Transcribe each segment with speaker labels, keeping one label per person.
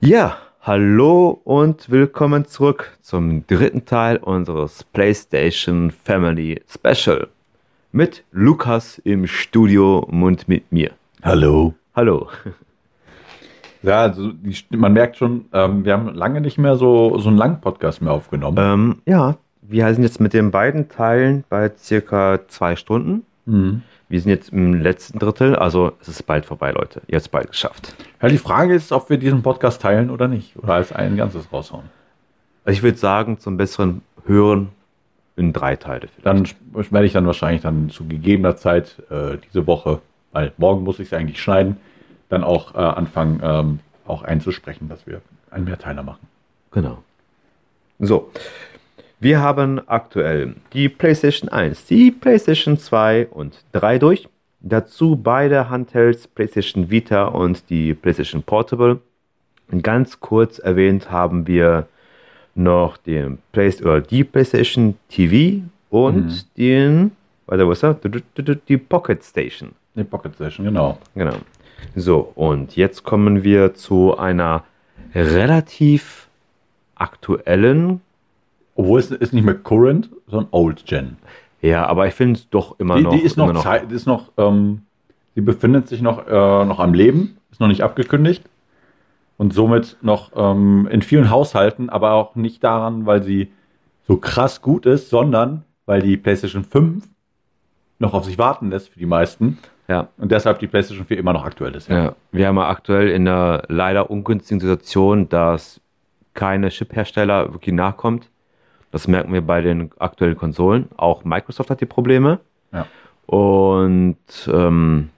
Speaker 1: Ja, hallo und willkommen zurück zum dritten Teil unseres PlayStation Family Special. Mit Lukas im Studio und mit mir.
Speaker 2: Hallo.
Speaker 1: Hallo.
Speaker 2: Ja, also die, St- man merkt schon, ähm, wir haben lange nicht mehr so, so einen langen Podcast mehr aufgenommen.
Speaker 1: Ähm, ja, wir sind jetzt mit den beiden Teilen bei circa zwei Stunden.
Speaker 2: Mhm.
Speaker 1: Wir sind jetzt im letzten Drittel, also es ist bald vorbei, Leute. Ihr habt es bald geschafft.
Speaker 2: Ja, die Frage ist, ob wir diesen Podcast teilen oder nicht. Oder als ein Ganzes raushauen.
Speaker 1: Also ich würde sagen, zum besseren Hören in drei Teile vielleicht.
Speaker 2: Dann sch- werde ich dann wahrscheinlich dann zu gegebener Zeit äh, diese Woche, weil morgen muss ich es eigentlich schneiden, dann auch äh, anfangen, ähm, auch einzusprechen, dass wir einen Mehrteiler machen.
Speaker 1: Genau. So. Wir haben aktuell die PlayStation 1, die PlayStation 2 und 3 durch. Dazu beide Handhelds, PlayStation Vita und die PlayStation Portable. Und ganz kurz erwähnt haben wir noch den Play oder die PlayStation TV und
Speaker 2: Mhm.
Speaker 1: den, warte, wo ist er? Du- du- du- du- Die Pocket Station.
Speaker 2: Die Pocket Session, genau.
Speaker 1: Genau. So, und jetzt kommen wir zu einer relativ aktuellen,
Speaker 2: Obwohl es ist nicht mehr Current, sondern Old Gen.
Speaker 1: ja, aber ich finde es doch immer
Speaker 2: Die,
Speaker 1: noch.
Speaker 2: die ist
Speaker 1: immer
Speaker 2: noch, Zeit, ist noch ähm, sie befindet sich noch, äh, noch am Leben, ist noch nicht abgekündigt und somit noch ähm, in vielen Haushalten, aber auch nicht daran, weil sie so krass gut ist, sondern weil die PlayStation 5 noch auf sich warten lässt für die meisten
Speaker 1: Ja,
Speaker 2: und deshalb die PlayStation 4 immer noch aktuell ist.
Speaker 1: ja. Wir haben ja aktuell in einer leider ungünstigen Situation, dass keine Chip-Hersteller wirklich nachkommt. Das merken wir bei den aktuellen Konsolen. Auch Microsoft hat die Probleme.
Speaker 2: Ja.
Speaker 1: Und ähm,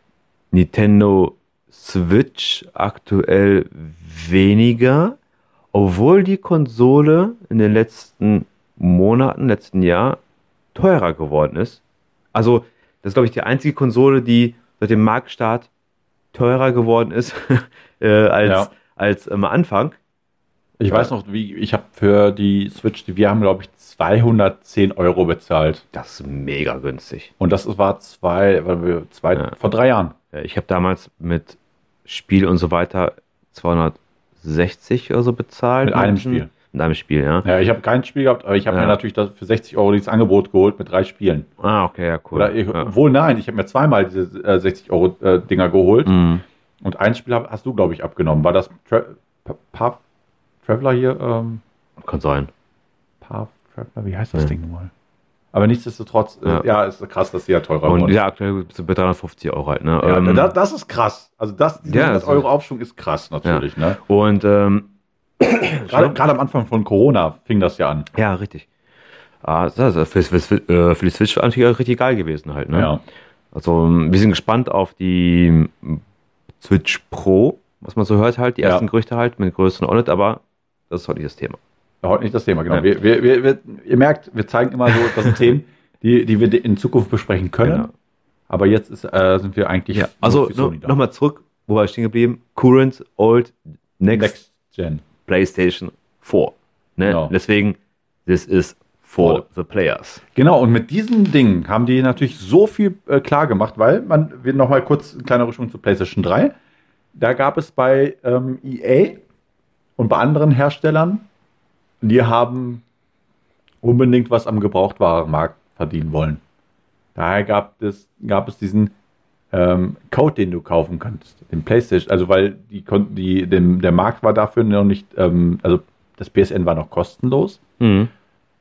Speaker 1: Nintendo Switch aktuell weniger, obwohl die Konsole in den letzten Monaten, letzten Jahr teurer geworden ist. Also, das ist, glaube ich, die einzige Konsole, die seit dem Marktstart teurer geworden ist äh, als,
Speaker 2: Ja.
Speaker 1: als am Anfang.
Speaker 2: Ich weiß noch, wie ich habe für die Switch, die wir haben, glaube ich, 210 Euro bezahlt
Speaker 1: Das ist mega günstig.
Speaker 2: und das war zwei, weil wir zwei
Speaker 1: Ja.
Speaker 2: vor drei Jahren.
Speaker 1: Äh, Ich habe damals mit Spiel und so weiter 260 oder so bezahlt.
Speaker 2: Mit einem Spiel.
Speaker 1: Mit einem Spiel, ja.
Speaker 2: Ja, ich habe kein Spiel gehabt, aber ich habe
Speaker 1: Ja.
Speaker 2: mir natürlich das für 60 Euro dieses Angebot geholt mit drei Spielen.
Speaker 1: Ah, okay, ja, cool.
Speaker 2: Oder ich,
Speaker 1: ja.
Speaker 2: Wohl nein, ich habe mir zweimal diese äh, 60 Euro äh, Dinger geholt
Speaker 1: Mhm.
Speaker 2: und ein Spiel hab, hast du, glaube ich, abgenommen. War das Tra Pa- Pa- Traveler hier? Ähm,
Speaker 1: Kann sein.
Speaker 2: Path Traveler, wie heißt das
Speaker 1: Ja.
Speaker 2: Ding nochmal? Aber nichtsdestotrotz, äh,
Speaker 1: Ja.
Speaker 2: ja. ist krass, dass sie ja teurer
Speaker 1: Und
Speaker 2: wurden.
Speaker 1: ja, aktuell sind wir 350 Euro halt, ne?
Speaker 2: Ja,
Speaker 1: Ähm,
Speaker 2: da, das ist krass. Also das,
Speaker 1: Ja,
Speaker 2: das
Speaker 1: also-
Speaker 2: Euro Aufschwung ist krass natürlich. Ne?
Speaker 1: und ähm,
Speaker 2: Gerade, gerade am Anfang von Corona fing das ja an.
Speaker 1: ja, richtig. Ah, das ist für, für, für, äh, für die Switch natürlich auch richtig geil gewesen halt, ne?
Speaker 2: Ja.
Speaker 1: Also ähm, wir sind gespannt auf die ähm, Switch Pro, was man so hört halt, die
Speaker 2: Ja.
Speaker 1: ersten Gerüchte halt mit größeren OLED, aber das ist heute nicht das Thema.
Speaker 2: Heute nicht das Thema, genau.
Speaker 1: Ja.
Speaker 2: Wir, wir, wir, wir, ihr merkt, wir zeigen immer so, das sind Themen, die, die wir in Zukunft besprechen können.
Speaker 1: Genau.
Speaker 2: Aber jetzt ist, äh, sind wir eigentlich.
Speaker 1: Ja,
Speaker 2: nur
Speaker 1: also
Speaker 2: für
Speaker 1: no,
Speaker 2: Sony da.
Speaker 1: nochmal zurück, wo war ich stehen geblieben? Current, Old, Next,
Speaker 2: Next Gen.
Speaker 1: PlayStation 4. Ne?
Speaker 2: Genau.
Speaker 1: Deswegen, this is for the players.
Speaker 2: Genau, und mit diesem Ding haben die natürlich so viel äh, klar gemacht, weil man wird nochmal kurz eine kleine Rüschung zu PlayStation 3. Da gab es bei ähm, EA und bei anderen Herstellern, die haben unbedingt was am Gebrauchtwarenmarkt verdienen wollen. Daher gab es, gab es diesen ähm, Code, den du kaufen kannst, den PlayStation, also weil die, kon- die, dem, der Markt war dafür noch nicht, ähm, also das PSN war noch kostenlos.
Speaker 1: Mhm.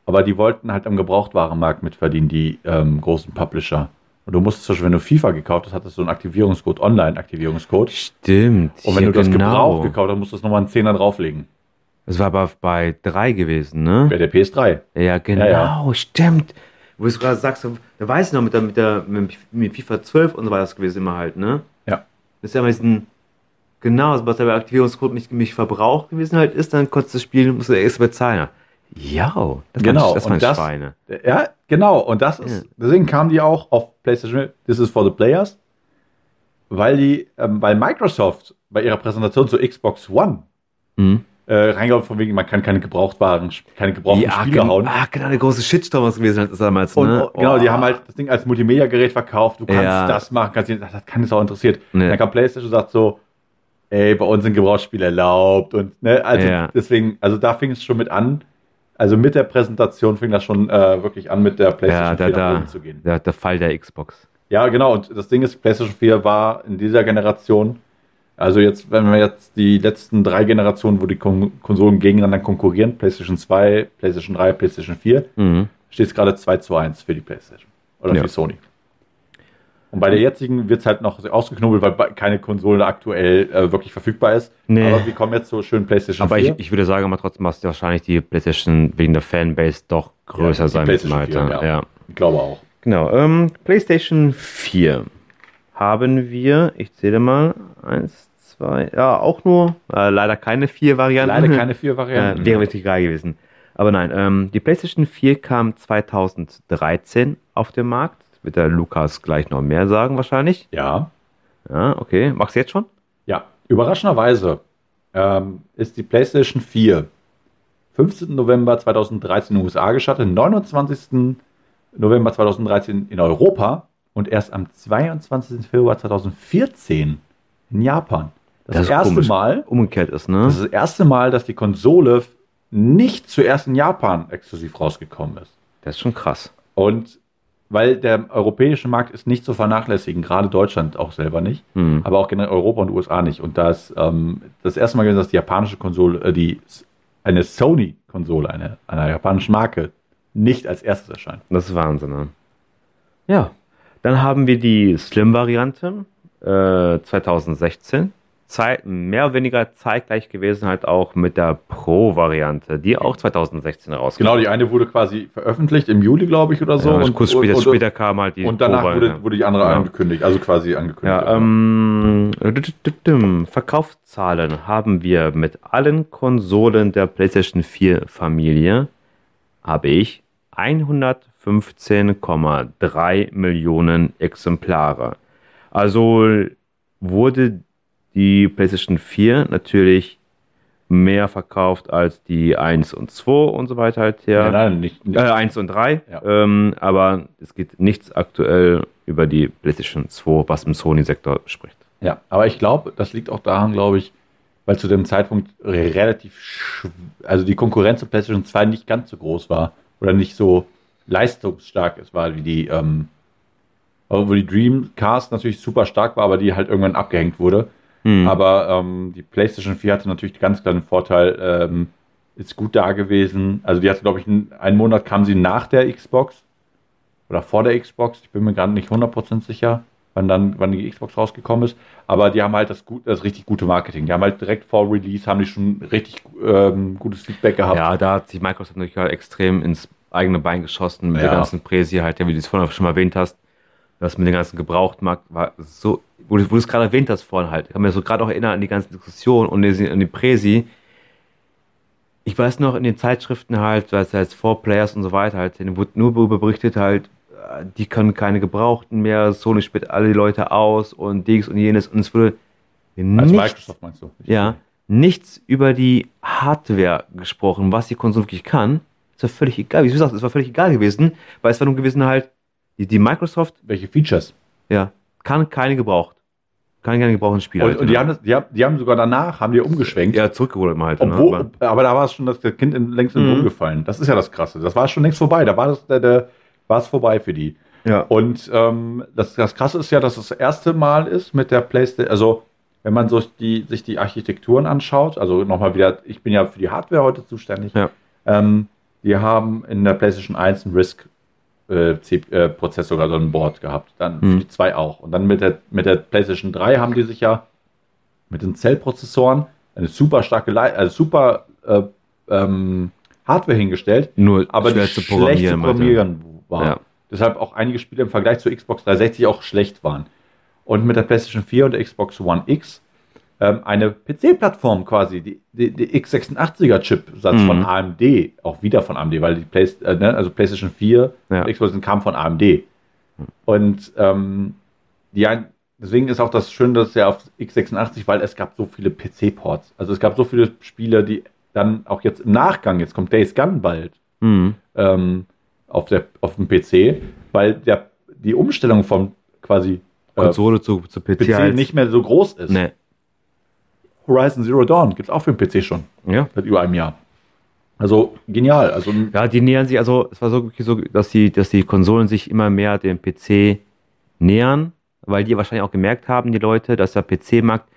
Speaker 2: Aber die wollten halt am Gebrauchtwarenmarkt mitverdienen, die ähm, großen Publisher. Und du musstest zum Beispiel, wenn du FIFA gekauft hast, hattest du einen Aktivierungscode, Online-Aktivierungscode.
Speaker 1: Stimmt.
Speaker 2: Und wenn
Speaker 1: ja,
Speaker 2: du das
Speaker 1: genau.
Speaker 2: Gebraucht gekauft hast, musstest du nochmal einen Zehner drauflegen.
Speaker 1: Das war aber bei 3 gewesen, ne?
Speaker 2: Bei der PS3.
Speaker 1: Ja, genau, stimmt. Wo du gerade sagst, da weiß ich noch, mit, der, mit, der, mit mit FIFA 12 und so war das gewesen immer halt, ne?
Speaker 2: Ja.
Speaker 1: Das ist ja immer diesen, genau, also was der Aktivierungscode mich, mich verbraucht gewesen halt ist, dann konntest du das Spiel, musst du extra bezahlen. Ja, das
Speaker 2: Genau,
Speaker 1: waren, das
Speaker 2: und
Speaker 1: waren
Speaker 2: das-
Speaker 1: Schweine.
Speaker 2: Ja, genau. Und das ist, deswegen kamen die auch auf PlayStation, This is for the Players, weil die, ähm, weil Microsoft bei ihrer Präsentation zur Xbox One
Speaker 1: Mhm.
Speaker 2: äh, reingehauen, von wegen, man kann keine Gebrauchtwaren, keine gebrauchten
Speaker 1: Ja,
Speaker 2: Spiele
Speaker 1: genau,
Speaker 2: hauen.
Speaker 1: ah, genau, der große Shitstorm was gewesen halt ist damals,
Speaker 2: Und
Speaker 1: ne?
Speaker 2: genau, die
Speaker 1: Oh.
Speaker 2: haben halt das Ding als Multimedia-Gerät verkauft. Du kannst
Speaker 1: Ja.
Speaker 2: das machen, kannst das, das kann es auch interessiert.
Speaker 1: Nee.
Speaker 2: Dann kam PlayStation und sagt so, ey, bei uns sind Gebrauchsspiele erlaubt und ne, also
Speaker 1: Ja.
Speaker 2: deswegen, also da fing es schon mit an. Also mit der Präsentation fing das schon äh, wirklich an, mit der PlayStation
Speaker 1: Ja, da,
Speaker 2: 4 nach
Speaker 1: da,
Speaker 2: oben zu gehen.
Speaker 1: da, der Fall der Xbox.
Speaker 2: Ja, genau. Und das Ding ist, PlayStation 4 war in dieser Generation, also jetzt, wenn wir jetzt die letzten drei Generationen, wo die Kon Konsolen gegeneinander konkurrieren, PlayStation 2, PlayStation 3, PlayStation 4,
Speaker 1: Mhm.
Speaker 2: steht es gerade 2 zu 1 für die PlayStation oder
Speaker 1: Ja.
Speaker 2: für Sony. Und bei der jetzigen wird es halt noch ausgeknobelt, weil be- keine Konsole aktuell äh, wirklich verfügbar ist.
Speaker 1: Nee.
Speaker 2: Aber wir kommen jetzt zur schönen PlayStation
Speaker 1: Aber ich, ich würde sagen, aber trotzdem hast du wahrscheinlich die PlayStation wegen der Fanbase doch größer
Speaker 2: Ja, die
Speaker 1: sein müssen,
Speaker 2: PlayStation
Speaker 1: Alter.
Speaker 2: 4,
Speaker 1: ja.
Speaker 2: ja. Ich glaube auch.
Speaker 1: Genau. Ähm, PlayStation 4 haben wir, ich zähle mal, eins, zwei, ja, auch nur, äh, leider keine vier Varianten.
Speaker 2: Leider keine vier
Speaker 1: Äh,
Speaker 2: Varianten.
Speaker 1: wäre richtig geil gewesen. Aber nein, ähm, die PlayStation 4 kam 2013 auf den Markt. Wird der Lukas gleich noch mehr sagen, wahrscheinlich.
Speaker 2: ja.
Speaker 1: Ja, okay. Machst du jetzt schon?
Speaker 2: Ja, überraschenderweise ähm, ist die PlayStation 4 15. November 2013 in den USA gestartet, 29. November 2013 in Europa und erst am 22. Februar 2014 in Japan. Das,
Speaker 1: Das ist
Speaker 2: erste
Speaker 1: komisch.
Speaker 2: Mal,
Speaker 1: Umgekehrt ist, ne?
Speaker 2: das ist das erste Mal, dass die Konsole nicht zuerst in Japan exklusiv rausgekommen ist.
Speaker 1: das ist schon krass.
Speaker 2: Und weil der europäische Markt ist nicht zu vernachlässigen, gerade Deutschland auch selber nicht
Speaker 1: Hm.
Speaker 2: aber auch generell Europa und USA nicht. Und da ist ähm, das erste Mal gewesen, dass die japanische Konsole, äh, die eine Sony-Konsole, eine einer japanischen Marke, nicht als erstes erscheint.
Speaker 1: Das ist Wahnsinn. Ne? Ja, dann haben wir die Slim-Variante äh, 2016. Zeit, mehr oder weniger zeitgleich gewesen halt auch mit der Pro-Variante, die auch 2016 rauskam.
Speaker 2: Genau, die eine wurde quasi veröffentlicht im Juli, glaube ich, oder so.
Speaker 1: so, ja, und kurz später,
Speaker 2: und,
Speaker 1: später kam halt die
Speaker 2: und danach wurde,
Speaker 1: Pro-Variante.
Speaker 2: wurde die andere
Speaker 1: Ja.
Speaker 2: angekündigt, also quasi angekündigt.
Speaker 1: ja, ähm, dü-dü-dü-düm. Verkaufszahlen haben wir mit allen Konsolen der PlayStation 4 Familie, habe ich 115,3 Millionen Exemplare. Also wurde die PlayStation 4 natürlich mehr verkauft als die 1 und 2 und so weiter halt her.
Speaker 2: Nein, nein, nicht, nicht.
Speaker 1: Äh, 1 und 3.
Speaker 2: Ja.
Speaker 1: Ähm, aber es geht nichts aktuell über die PlayStation 2, was im Sony-Sektor spricht.
Speaker 2: Ja, aber ich glaube, das liegt auch daran, glaube ich, weil zu dem Zeitpunkt relativ, schw- also die Konkurrenz zu PlayStation 2 nicht ganz so groß war oder nicht so leistungsstark es war wie die, ähm, obwohl die Dreamcast natürlich super stark war, aber die halt irgendwann abgehängt wurde.
Speaker 1: Mhm.
Speaker 2: Aber ähm, die PlayStation 4 hatte natürlich ganz klar den Vorteil, ähm, ist gut da gewesen. Also die hatte, glaube ich, einen- einen Monat kam sie nach der Xbox oder vor der Xbox. Ich bin mir gerade nicht 100% sicher, wann dann, wann die Xbox rausgekommen ist. Aber die haben halt das, gut, das richtig gute Marketing. Die haben halt direkt vor Release haben die schon richtig ähm, gutes Feedback gehabt.
Speaker 1: ja, da hat sich Microsoft natürlich halt extrem ins eigene Bein geschossen mit
Speaker 2: Ja.
Speaker 1: der ganzen Präsi, halt, ja, wie du es vorhin auch schon mal erwähnt hast. Das mit dem ganzen Gebrauchtmarkt war so, wo du wo du es gerade erwähnt hast vorhin halt. Ich kann mir so gerade auch erinnern an die ganzen Diskussionen und die- an die Präsi. Ich weiß noch in den Zeitschriften halt, was heißt Four Players und so weiter halt, denen wurde nur darüber berichtet halt, äh, die können keine Gebrauchten mehr, Sony spielt alle die Leute aus und dies und jenes und es wurde
Speaker 2: Als
Speaker 1: nichts,
Speaker 2: Microsoft meinst du?
Speaker 1: ja, nichts über die Hardware gesprochen, was die Konsole wirklich kann. Es war völlig egal, wie du sagst, es war völlig egal gewesen, weil es war nur gewesen halt, die, die Microsoft,
Speaker 2: Welche Features?
Speaker 1: ja, kann keine gebraucht. Kann keine gebrauchten halt, ne? Spieler.
Speaker 2: Und, und die, haben das, die, haben, die haben sogar danach, haben die umgeschwenkt.
Speaker 1: ja, zurückgeholt mal halt.
Speaker 2: Obwohl,
Speaker 1: ne?
Speaker 2: aber, da war es schon, dass das Kind in, längst in den
Speaker 1: Mhm.
Speaker 2: Brunnen gefallen. Das ist ja das Krasse. Das war schon längst vorbei. Da war das, da, da, war es vorbei für die.
Speaker 1: Aber, ja.
Speaker 2: Und ähm, das, das Krasse ist ja, dass das erste Mal ist mit der PlayStation. Also wenn man so die, sich die Architekturen anschaut, also nochmal wieder, ich bin ja für die Hardware heute zuständig.
Speaker 1: Ja.
Speaker 2: Ähm, die haben in der PlayStation 1 einen RISC äh, C- äh, Prozessor, also ein Board gehabt. Dann
Speaker 1: Mhm.
Speaker 2: für die 2 auch. Und dann mit der, mit der PlayStation 3 haben die sich ja mit den Zellprozessoren eine super starke, Lei- also super äh, ähm, Hardware hingestellt,
Speaker 1: Nur
Speaker 2: aber die
Speaker 1: schwer
Speaker 2: schlecht zu programmieren,
Speaker 1: Alter.
Speaker 2: war.
Speaker 1: Ja.
Speaker 2: Deshalb auch einige Spiele im Vergleich zur Xbox 360 auch schlecht waren. Und mit der PlayStation 4 und der Xbox One X ähm, eine PC-Plattform quasi, die, die, die x86er-Chip-Satz
Speaker 1: Mhm.
Speaker 2: von AMD, auch wieder von AMD, weil die Play, äh, ne, also PlayStation 4
Speaker 1: Ja.
Speaker 2: und Xbox kam von AMD. Und ähm, die ein, deswegen ist auch das Schöne, dass ja auf x86, weil es gab so viele PC-Ports. Also es gab so viele Spiele, die dann auch jetzt im Nachgang, jetzt kommt Days Gone bald,
Speaker 1: Mhm.
Speaker 2: ähm, auf, der, auf dem PC, weil der, die Umstellung von quasi äh,
Speaker 1: Konsole zu, zu PC,
Speaker 2: PC
Speaker 1: halt.
Speaker 2: nicht mehr so groß ist.
Speaker 1: nee.
Speaker 2: Horizon Zero Dawn gibt es auch für den PC schon,
Speaker 1: Ja.
Speaker 2: seit über einem Jahr. Also genial. Also
Speaker 1: Ja, die nähern sich, also es war so, wirklich so dass, die, dass die Konsolen sich immer mehr dem PC nähern, weil die wahrscheinlich auch gemerkt haben, die Leute, dass der PC-Markt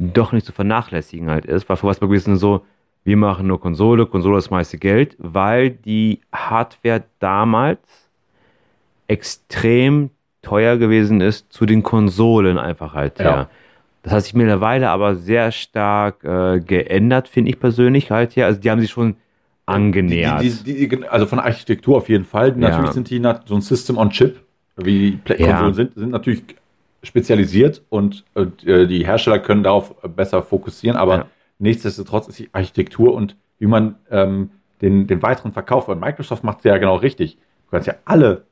Speaker 1: doch nicht zu vernachlässigen halt ist. Weil vorher war es wirklich so, wir machen nur Konsole, Konsole ist das meiste Geld, weil die Hardware damals extrem teuer gewesen ist zu den Konsolen einfach halt.
Speaker 2: Ja.
Speaker 1: Ja. Das hat sich mittlerweile aber sehr stark äh, geändert, finde ich persönlich halt ja. Also die haben sich schon angenähert.
Speaker 2: Die, die, die, die, also von der Architektur auf jeden Fall. Natürlich
Speaker 1: Ja.
Speaker 2: sind die nat- so ein System on Chip, wie die Play-
Speaker 1: Ja.
Speaker 2: Konsolen sind, sind natürlich spezialisiert und äh, die Hersteller können darauf besser fokussieren, aber
Speaker 1: Ja.
Speaker 2: nichtsdestotrotz ist die Architektur und wie man ähm, den, den weiteren Verkauf, weil Microsoft macht es ja genau richtig. Du kannst ja alle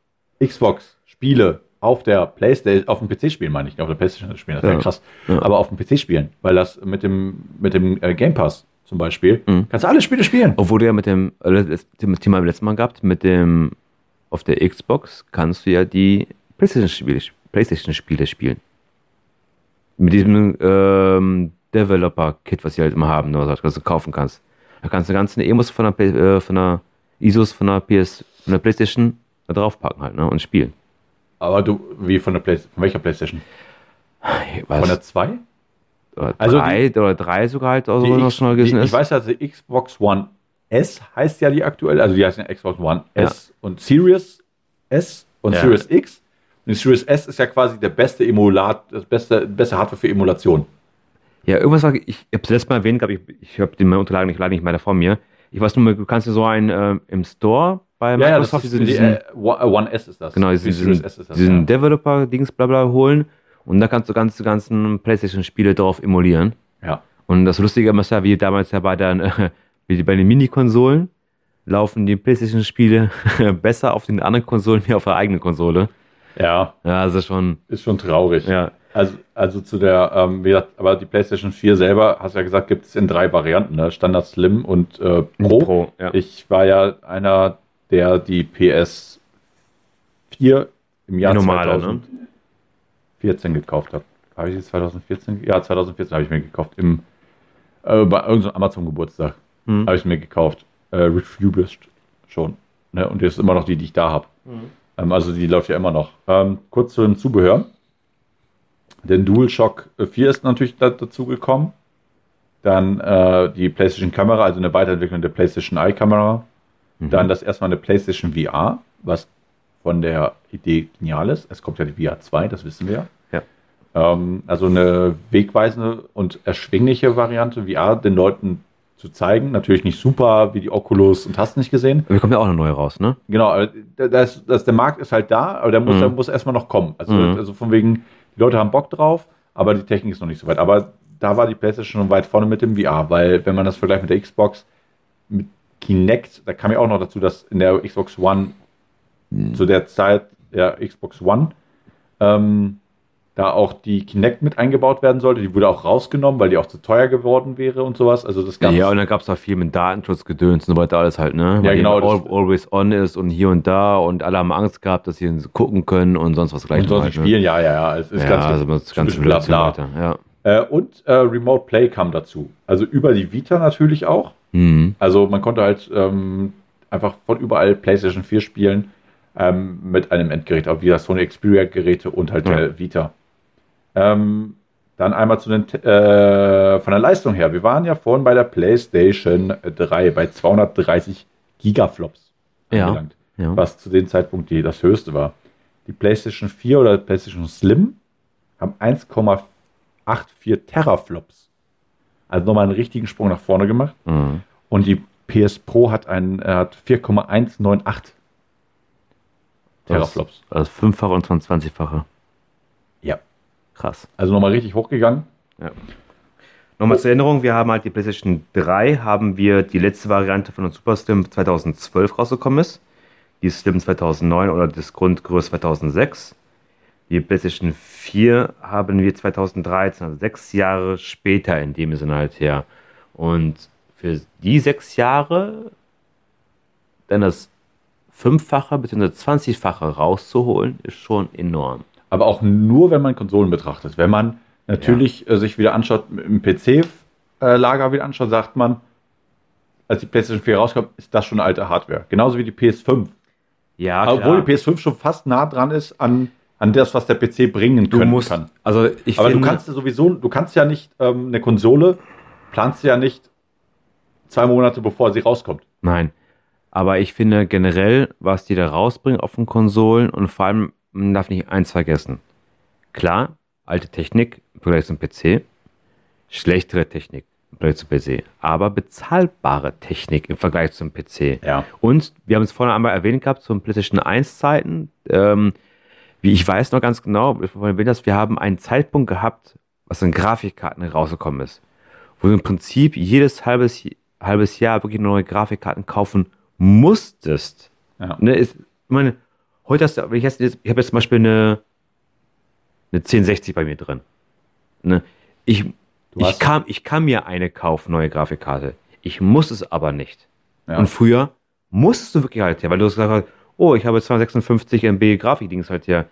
Speaker 2: Xbox-Spiele auf der Playstation, auf dem PC spielen, meine ich, nicht auf der Playstation spielen, das wäre
Speaker 1: Ja.
Speaker 2: krass,
Speaker 1: Ja.
Speaker 2: aber auf dem PC spielen, weil das mit dem, mit dem äh, Game Pass zum Beispiel,
Speaker 1: Mhm.
Speaker 2: kannst du alle Spiele spielen.
Speaker 1: Obwohl du ja mit dem, äh, das Thema im letzten Mal gehabt, mit dem, auf der Xbox kannst du ja die PlayStation-Spiele PlayStation -Spiele spielen. Mit diesem ähm, Developer-Kit, was sie halt immer haben, ne, was du kaufen kannst. Da kannst du ganzen Emos von der, Play- äh, von der ISOs von der PS, von der PlayStation da draufpacken halt, ne, und spielen.
Speaker 2: Aber du, wie von der Playstation, von welcher Playstation? Von der 2?
Speaker 1: oder
Speaker 2: also
Speaker 1: drei, oder drei sogar halt, oder
Speaker 2: Die
Speaker 1: so, was
Speaker 2: X-
Speaker 1: schon mal
Speaker 2: die,
Speaker 1: gewesen ist.
Speaker 2: ich weiß, dass die Xbox One S heißt ja die aktuell, also die heißt ja Xbox One
Speaker 1: Ja.
Speaker 2: S und Series S und
Speaker 1: Ja.
Speaker 2: Series X. Und die Series S ist ja quasi der beste Emulat, das beste, beste Hardware für Emulation.
Speaker 1: Ja, irgendwas war, ich habe es letztes Mal erwähnt, glaube ich, ich habe die Unterlagen nicht, leider nicht mehr vor mir. Ich weiß nur, mal, du kannst dir so einen ähm, im Store bei
Speaker 2: Ja, ja, das
Speaker 1: Microsoft
Speaker 2: ist
Speaker 1: diesen,
Speaker 2: die
Speaker 1: diesen,
Speaker 2: äh, One S ist das.
Speaker 1: genau,
Speaker 2: Die
Speaker 1: diesen,
Speaker 2: Series
Speaker 1: diesen,
Speaker 2: S ist das.
Speaker 1: diesen
Speaker 2: ja.
Speaker 1: Developer-Dings bla bla holen und da kannst du ganz, die ganzen Playstation-Spiele drauf emulieren.
Speaker 2: ja.
Speaker 1: Und das Lustige ist ja, wie damals ja bei den, äh, wie bei den Mini-Konsolen laufen die Playstation-Spiele besser auf den anderen Konsolen wie auf der eigenen Konsole.
Speaker 2: ja,
Speaker 1: Ja, also schon,
Speaker 2: ist schon traurig.
Speaker 1: ja.
Speaker 2: Also, also zu der, ähm, wie gesagt, aber die PlayStation 4 selber, hast du ja gesagt, gibt es in drei Varianten, ne? Standard Slim und äh, Pro.
Speaker 1: ja.
Speaker 2: Ich war ja einer, der die PS4 im Jahr
Speaker 1: Die normale, ne?
Speaker 2: 2014 gekauft hat. Habe ich die 2014? Ja, 2014 habe ich mir gekauft. Im, äh, bei irgendeinem Amazon-Geburtstag
Speaker 1: Hm.
Speaker 2: habe ich mir gekauft. Äh, refurbished schon. Ne? Und das ist immer noch die, die ich da habe.
Speaker 1: Mhm.
Speaker 2: Ähm, also die läuft ja immer noch. Ähm, kurz zu dem Zubehör. Den DualShock 4 ist natürlich da, dazu gekommen. Dann äh, die PlayStation Kamera, also eine Weiterentwicklung der PlayStation Eye Kamera.
Speaker 1: Mhm.
Speaker 2: Dann das erstmal eine PlayStation VR, was von der Idee genial ist. Es kommt ja die VR 2, das wissen wir
Speaker 1: Ja.
Speaker 2: Ähm, also eine wegweisende und erschwingliche Variante, VR den Leuten zu zeigen. Natürlich nicht super wie die Oculus und hast nicht gesehen.
Speaker 1: Wir kommen ja auch eine neue raus, ne?
Speaker 2: Genau, aber das, das, der Markt ist halt da, aber der muss,
Speaker 1: Mhm.
Speaker 2: der muss erstmal noch kommen. Also,
Speaker 1: Mhm.
Speaker 2: also von wegen, die Leute haben Bock drauf, aber die Technik ist noch nicht so weit. Aber da war die PlayStation schon weit vorne mit dem VR, weil wenn man das vergleicht mit der Xbox, mit Kinect, da kam ja auch noch dazu, dass in der Xbox One zu der Zeit der Xbox One ähm, da auch die Kinect mit eingebaut werden sollte. Die wurde auch rausgenommen, weil die auch zu teuer geworden wäre und sowas. Also das Ganze.
Speaker 1: Ja, und dann gab es da viel mit Datenschutzgedöns und so weiter alles halt, ne?
Speaker 2: Ja,
Speaker 1: die
Speaker 2: genau,
Speaker 1: Al
Speaker 2: das-
Speaker 1: always on ist und hier und da und alle haben Angst gehabt, dass sie gucken können und sonst was gleich
Speaker 2: und sonst
Speaker 1: halt, ne?
Speaker 2: spielen, ja, ja, ja. Es ist
Speaker 1: Ja,
Speaker 2: ganz,
Speaker 1: also das ganze
Speaker 2: bla,
Speaker 1: Blödsinn
Speaker 2: bla.
Speaker 1: weiter. Ja.
Speaker 2: Äh, und äh, Remote Play kam dazu. Also über die Vita natürlich auch.
Speaker 1: Mhm.
Speaker 2: Also man konnte halt ähm, einfach von überall PlayStation 4 spielen ähm, mit einem Endgerät, auch wieder Sony Xperia-Geräte und halt
Speaker 1: Ja.
Speaker 2: der Vita. Ähm, dann einmal zu den, Te- äh, von der Leistung her. Wir waren ja vorhin bei der PlayStation 3 bei 230 Gigaflops
Speaker 1: Ja.
Speaker 2: angelangt
Speaker 1: Ja.
Speaker 2: was zu dem Zeitpunkt die, das höchste war. Die PlayStation 4 oder PlayStation Slim haben 1,84 Teraflops. Also nochmal einen richtigen Sprung nach vorne gemacht.
Speaker 1: Mhm.
Speaker 2: Und die PS Pro hat, einen, äh, hat 4,198 Teraflops.
Speaker 1: Das, also fünffache und 20-fache.
Speaker 2: Ja.
Speaker 1: Krass.
Speaker 2: Also nochmal richtig hochgegangen.
Speaker 1: Nochmal zur Erinnerung, wir haben halt die PlayStation 3, haben wir die letzte Variante von der Super Slim 2012 rausgekommen ist. Die Slim 2009 oder das Grundgröße 2006. Die PlayStation 4 haben wir 2013, also sechs Jahre später in dem Sinne halt her. Und für die sechs Jahre dann das Fünffache bzw. 20-fache rauszuholen, ist schon enorm.
Speaker 2: Aber auch nur, wenn man Konsolen betrachtet. Wenn man natürlich äh, sich wieder anschaut, im PC äh, Lager wieder anschaut, sagt man, als die PlayStation 4 rauskam, ist das schon alte Hardware. Genauso wie die PS5.
Speaker 1: Ja,
Speaker 2: Obwohl die PS5 schon fast nah dran ist an, an das, was der PC bringen
Speaker 1: du
Speaker 2: können
Speaker 1: musst,
Speaker 2: kann.
Speaker 1: also ich
Speaker 2: Aber
Speaker 1: finde,
Speaker 2: du kannst ja sowieso, du kannst ja nicht ähm, eine Konsole, planst ja nicht zwei Monate bevor sie rauskommt.
Speaker 1: Nein. Aber ich finde generell, was die da rausbringen auf den Konsolen und vor allem, man darf nicht eins vergessen. Klar, alte Technik im Vergleich zum PC, schlechtere Technik im Vergleich zum PC, aber bezahlbare Technik im Vergleich zum PC.
Speaker 2: Ja.
Speaker 1: Und wir haben es vorhin einmal erwähnt gehabt, zum PlayStation 1 Zeiten, ähm, wie ich weiß noch ganz genau, ich vorhin erwähnt hast, wir haben einen Zeitpunkt gehabt, was in Grafikkarten rausgekommen ist, wo du im Prinzip jedes halbes, halbes Jahr wirklich neue Grafikkarten kaufen musstest.
Speaker 2: Ja.
Speaker 1: Ne, ist, ich meine, heute hast du, wenn ich, jetzt- ich habe jetzt zum Beispiel eine, eine 1060 bei mir drin. Ne, ich, ich,
Speaker 2: hast-
Speaker 1: kam, ich kann mir eine kaufen, neue Grafikkarte. Ich muss es aber nicht.
Speaker 2: Ja.
Speaker 1: Und früher musstest du wirklich halt her, weil du gesagt hast, oh, ich habe 256 MB Grafikdings halt her.